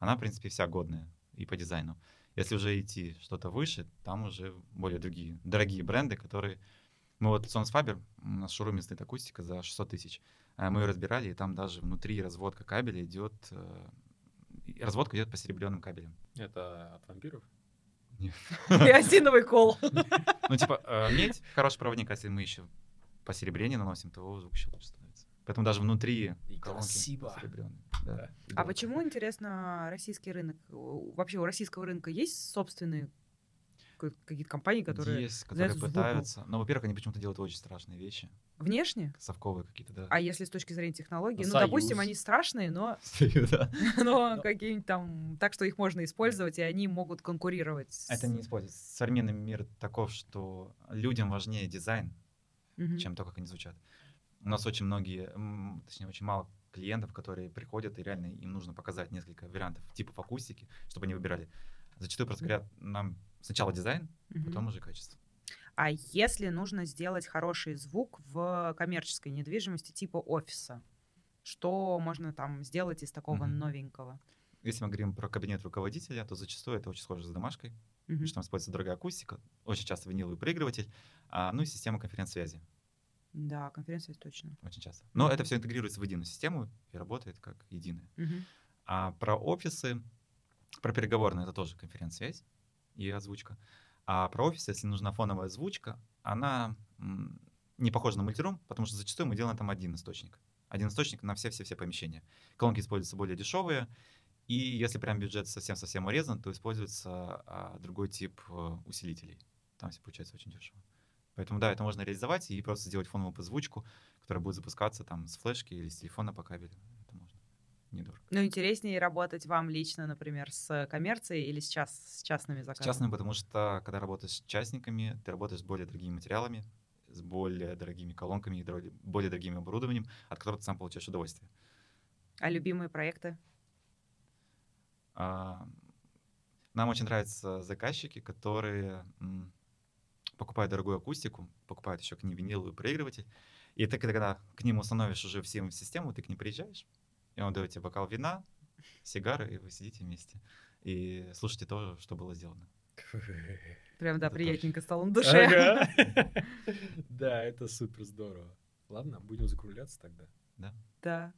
[SPEAKER 3] Она, в принципе, вся годная и по дизайну. Если уже идти что-то выше, там уже более другие, дорогие бренды, которые... Мы вот Sons Faber, у нас шоуруме стоит акустика за 600 тысяч. А Мы ее разбирали, и там даже внутри разводка кабеля идет... э, и Разводка идет по серебряным кабелям.
[SPEAKER 1] Это от вампиров?
[SPEAKER 2] И осиновый кол.
[SPEAKER 3] Ну, типа, э, медь хороший проводник, а если мы еще посеребрение наносим, то звук еще лучше становится. Поэтому даже внутри
[SPEAKER 1] И
[SPEAKER 3] колонки
[SPEAKER 1] красиво.
[SPEAKER 3] посеребренные. Да.
[SPEAKER 1] Да.
[SPEAKER 3] И
[SPEAKER 2] А
[SPEAKER 3] дорого.
[SPEAKER 2] почему, интересно, российский рынок? у- Вообще у российского рынка есть собственные ка- какие-то компании, которые
[SPEAKER 3] Есть, которые
[SPEAKER 2] знаешь, звуку.
[SPEAKER 3] пытаются. Но, во-первых, они почему-то делают очень страшные вещи.
[SPEAKER 2] внешне?
[SPEAKER 3] Совковые какие-то, да.
[SPEAKER 2] А если с точки зрения технологии?
[SPEAKER 1] Ну,
[SPEAKER 2] Ну, допустим,
[SPEAKER 1] «Союз».
[SPEAKER 2] они страшные, но,
[SPEAKER 3] Да.
[SPEAKER 2] но какие-нибудь там... Так что их можно использовать, и они могут конкурировать. с-
[SPEAKER 3] Это не используется. Современный мир таков, что людям важнее дизайн,
[SPEAKER 2] Мгм.
[SPEAKER 3] чем то, как они звучат. У нас очень многие, м, точнее, очень мало клиентов, которые приходят, и реально им нужно показать несколько вариантов типов акустики, чтобы они выбирали. Зачастую просто говорят нам сначала дизайн,
[SPEAKER 2] Мгм.
[SPEAKER 3] потом уже качество.
[SPEAKER 2] А если нужно сделать хороший звук в коммерческой недвижимости типа офиса? Что можно там сделать из такого
[SPEAKER 3] Мгм.
[SPEAKER 2] новенького?
[SPEAKER 3] Если мы говорим про кабинет руководителя, то зачастую это очень схоже с домашкой.
[SPEAKER 2] Мгм.
[SPEAKER 3] потому что там используется дорогая акустика, очень часто виниловый проигрыватель, а, ну и система конференц-связи
[SPEAKER 2] Да, конференция точно.
[SPEAKER 3] очень часто. Но это
[SPEAKER 2] Мгм.
[SPEAKER 3] все интегрируется в единую систему и работает как единое.
[SPEAKER 2] Мгм.
[SPEAKER 3] А про офисы, про переговорные это тоже конференц-связь и озвучка. А про офисы, если нужна фоновая озвучка, она м, не похожа на мультирум, потому что зачастую мы делаем там один источник. Один источник на все-все-все помещения. Колонки используются более дешевые, И если прям бюджет совсем-совсем урезан, то используется а, другой тип э, усилителей. Там все получается очень дешево. Поэтому да, это можно реализовать и просто сделать фоновую подзвучку, которая будет запускаться там с флешки или с телефона по кабелю. Это можно. Недорого.
[SPEAKER 2] Ну, интереснее работать вам лично, например, с коммерцией или сейчас с частными
[SPEAKER 3] С
[SPEAKER 2] заказами?
[SPEAKER 3] частными, потому что когда работаешь с частниками, ты работаешь с более дорогими материалами, с более дорогими колонками и дро- более дорогим оборудованием, от которого ты сам получаешь удовольствие.
[SPEAKER 2] А любимые проекты?
[SPEAKER 3] А, Нам очень нравятся заказчики, которые м, покупают дорогую акустику, покупают еще к ней виниловый проигрыватель. И ты, когда к ним установишь уже всем в систему, ты к ним приезжаешь, и он дает тебе бокал вина, сигары, и вы сидите вместе. И слушайте то, что было сделано.
[SPEAKER 2] Прям, да,
[SPEAKER 3] Это
[SPEAKER 2] приятненько стало на душе.
[SPEAKER 1] Ага. Да, это супер здорово. Ладно, будем закругляться тогда.
[SPEAKER 2] Да.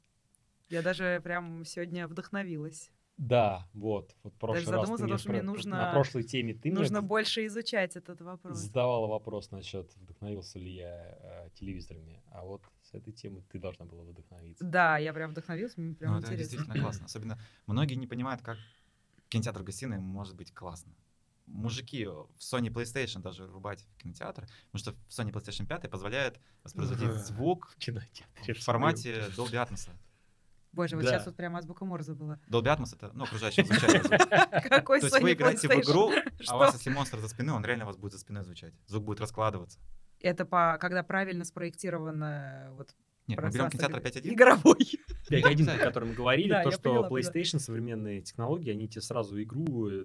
[SPEAKER 2] Я даже прям сегодня вдохновилась.
[SPEAKER 1] Да, вот. Вот в прошлый раз
[SPEAKER 2] задумалась
[SPEAKER 1] ты
[SPEAKER 2] о
[SPEAKER 1] мне
[SPEAKER 2] том, что мне
[SPEAKER 1] спро-
[SPEAKER 2] нужно-
[SPEAKER 1] на прошлой теме ты мне
[SPEAKER 2] Нужно больше изучать этот вопрос.
[SPEAKER 1] задавала вопрос насчет вдохновился ли я э, телевизорами, а вот с этой темы ты должна была вдохновиться.
[SPEAKER 2] Да, я прям вдохновилась, мне прям
[SPEAKER 3] Ну, это
[SPEAKER 2] интересно.
[SPEAKER 3] действительно классно. Особенно многие не понимают, как кинотеатр гостиной может быть классно. Мужики в Sony PlayStation даже рубать в кинотеатр, потому что в Sony PlayStation 5 позволяет воспроизводить
[SPEAKER 1] Да.
[SPEAKER 3] звук
[SPEAKER 1] В кинотеатре.
[SPEAKER 3] в формате Dolby Atmos.
[SPEAKER 2] Боже, вот
[SPEAKER 1] Да.
[SPEAKER 2] сейчас вот прям азбука Морзе была.
[SPEAKER 3] Dolby Atmos это, ну, окружающее звучание. звука.
[SPEAKER 2] Какой
[SPEAKER 3] То есть вы
[SPEAKER 2] Sony
[SPEAKER 3] играете в
[SPEAKER 2] PlayStation?
[SPEAKER 3] игру, а
[SPEAKER 2] Что?
[SPEAKER 3] у вас, если монстр за спиной, он реально у вас будет за спиной звучать. Звук будет раскладываться.
[SPEAKER 2] Это по, когда правильно спроектировано э, вот
[SPEAKER 3] Нет, мы берем кинотеатр
[SPEAKER 2] пространство
[SPEAKER 3] 5.1.
[SPEAKER 2] игровой.
[SPEAKER 1] один, о котором мы говорили,
[SPEAKER 2] Да,
[SPEAKER 1] то,
[SPEAKER 2] я
[SPEAKER 1] что
[SPEAKER 2] поняла, поняла.
[SPEAKER 1] PlayStation, современные технологии, они тебе сразу игру э,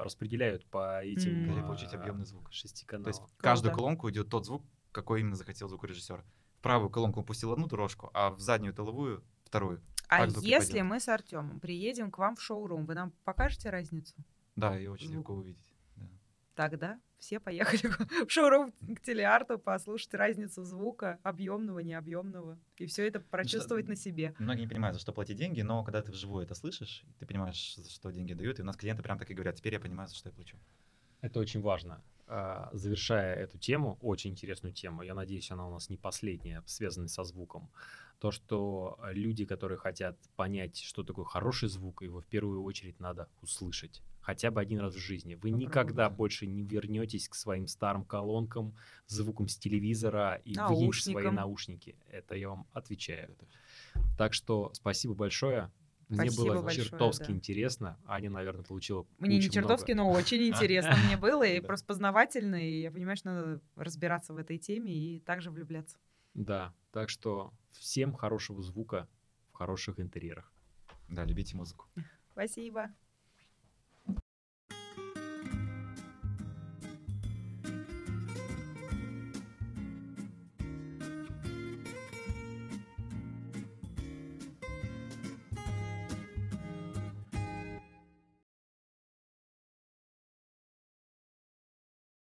[SPEAKER 1] распределяют по этим...
[SPEAKER 2] М.
[SPEAKER 3] Или
[SPEAKER 1] а,
[SPEAKER 3] получить объемный звук.
[SPEAKER 1] шести
[SPEAKER 3] То есть
[SPEAKER 1] каналов.
[SPEAKER 3] в каждую
[SPEAKER 2] Круто.
[SPEAKER 3] колонку идет тот звук, какой именно захотел звукорежиссер. В правую колонку он пустил одну дорожку, а в заднюю тыловую вторую.
[SPEAKER 2] А
[SPEAKER 3] Так звук и
[SPEAKER 2] если
[SPEAKER 3] пойдет.
[SPEAKER 2] мы с Артемом приедем к вам в шоурум, вы нам покажете разницу?
[SPEAKER 3] Да, ее очень
[SPEAKER 2] Звук.
[SPEAKER 3] легко увидеть. да.
[SPEAKER 2] Тогда все поехали в шоурум к телеарту послушать разницу звука, объемного, необъемного, и все это прочувствовать на себе.
[SPEAKER 3] Многие не понимают, за что платить деньги, но когда ты вживую это слышишь, ты понимаешь, за что деньги дают, и у нас клиенты прям так и говорят, теперь я понимаю, за что я плачу.
[SPEAKER 1] Это очень важно. А, Завершая эту тему, очень интересную тему, я надеюсь, она у нас не последняя, связанная со звуком. То, что э, люди, которые хотят понять, что такое хороший звук, его в первую очередь надо услышать. Хотя бы один раз в жизни. Вы
[SPEAKER 2] Попробовать.
[SPEAKER 1] никогда больше не вернетесь к своим старым колонкам, звукам с телевизора и выкинете свои
[SPEAKER 2] Наушникам.
[SPEAKER 1] наушники. Это я вам отвечаю. Так что спасибо большое. Мне
[SPEAKER 2] Спасибо
[SPEAKER 1] было
[SPEAKER 2] большое,
[SPEAKER 1] чертовски
[SPEAKER 2] да.
[SPEAKER 1] интересно. Аня, наверное, получила
[SPEAKER 2] Мне не
[SPEAKER 1] очень много.
[SPEAKER 2] чертовски, но очень интересно мне было, и
[SPEAKER 3] Да.
[SPEAKER 2] просто познавательно, и я понимаю, что надо разбираться в этой теме и также влюбляться.
[SPEAKER 1] Да, так что всем хорошего звука в хороших интерьерах.
[SPEAKER 3] Да, любите музыку.
[SPEAKER 2] Спасибо.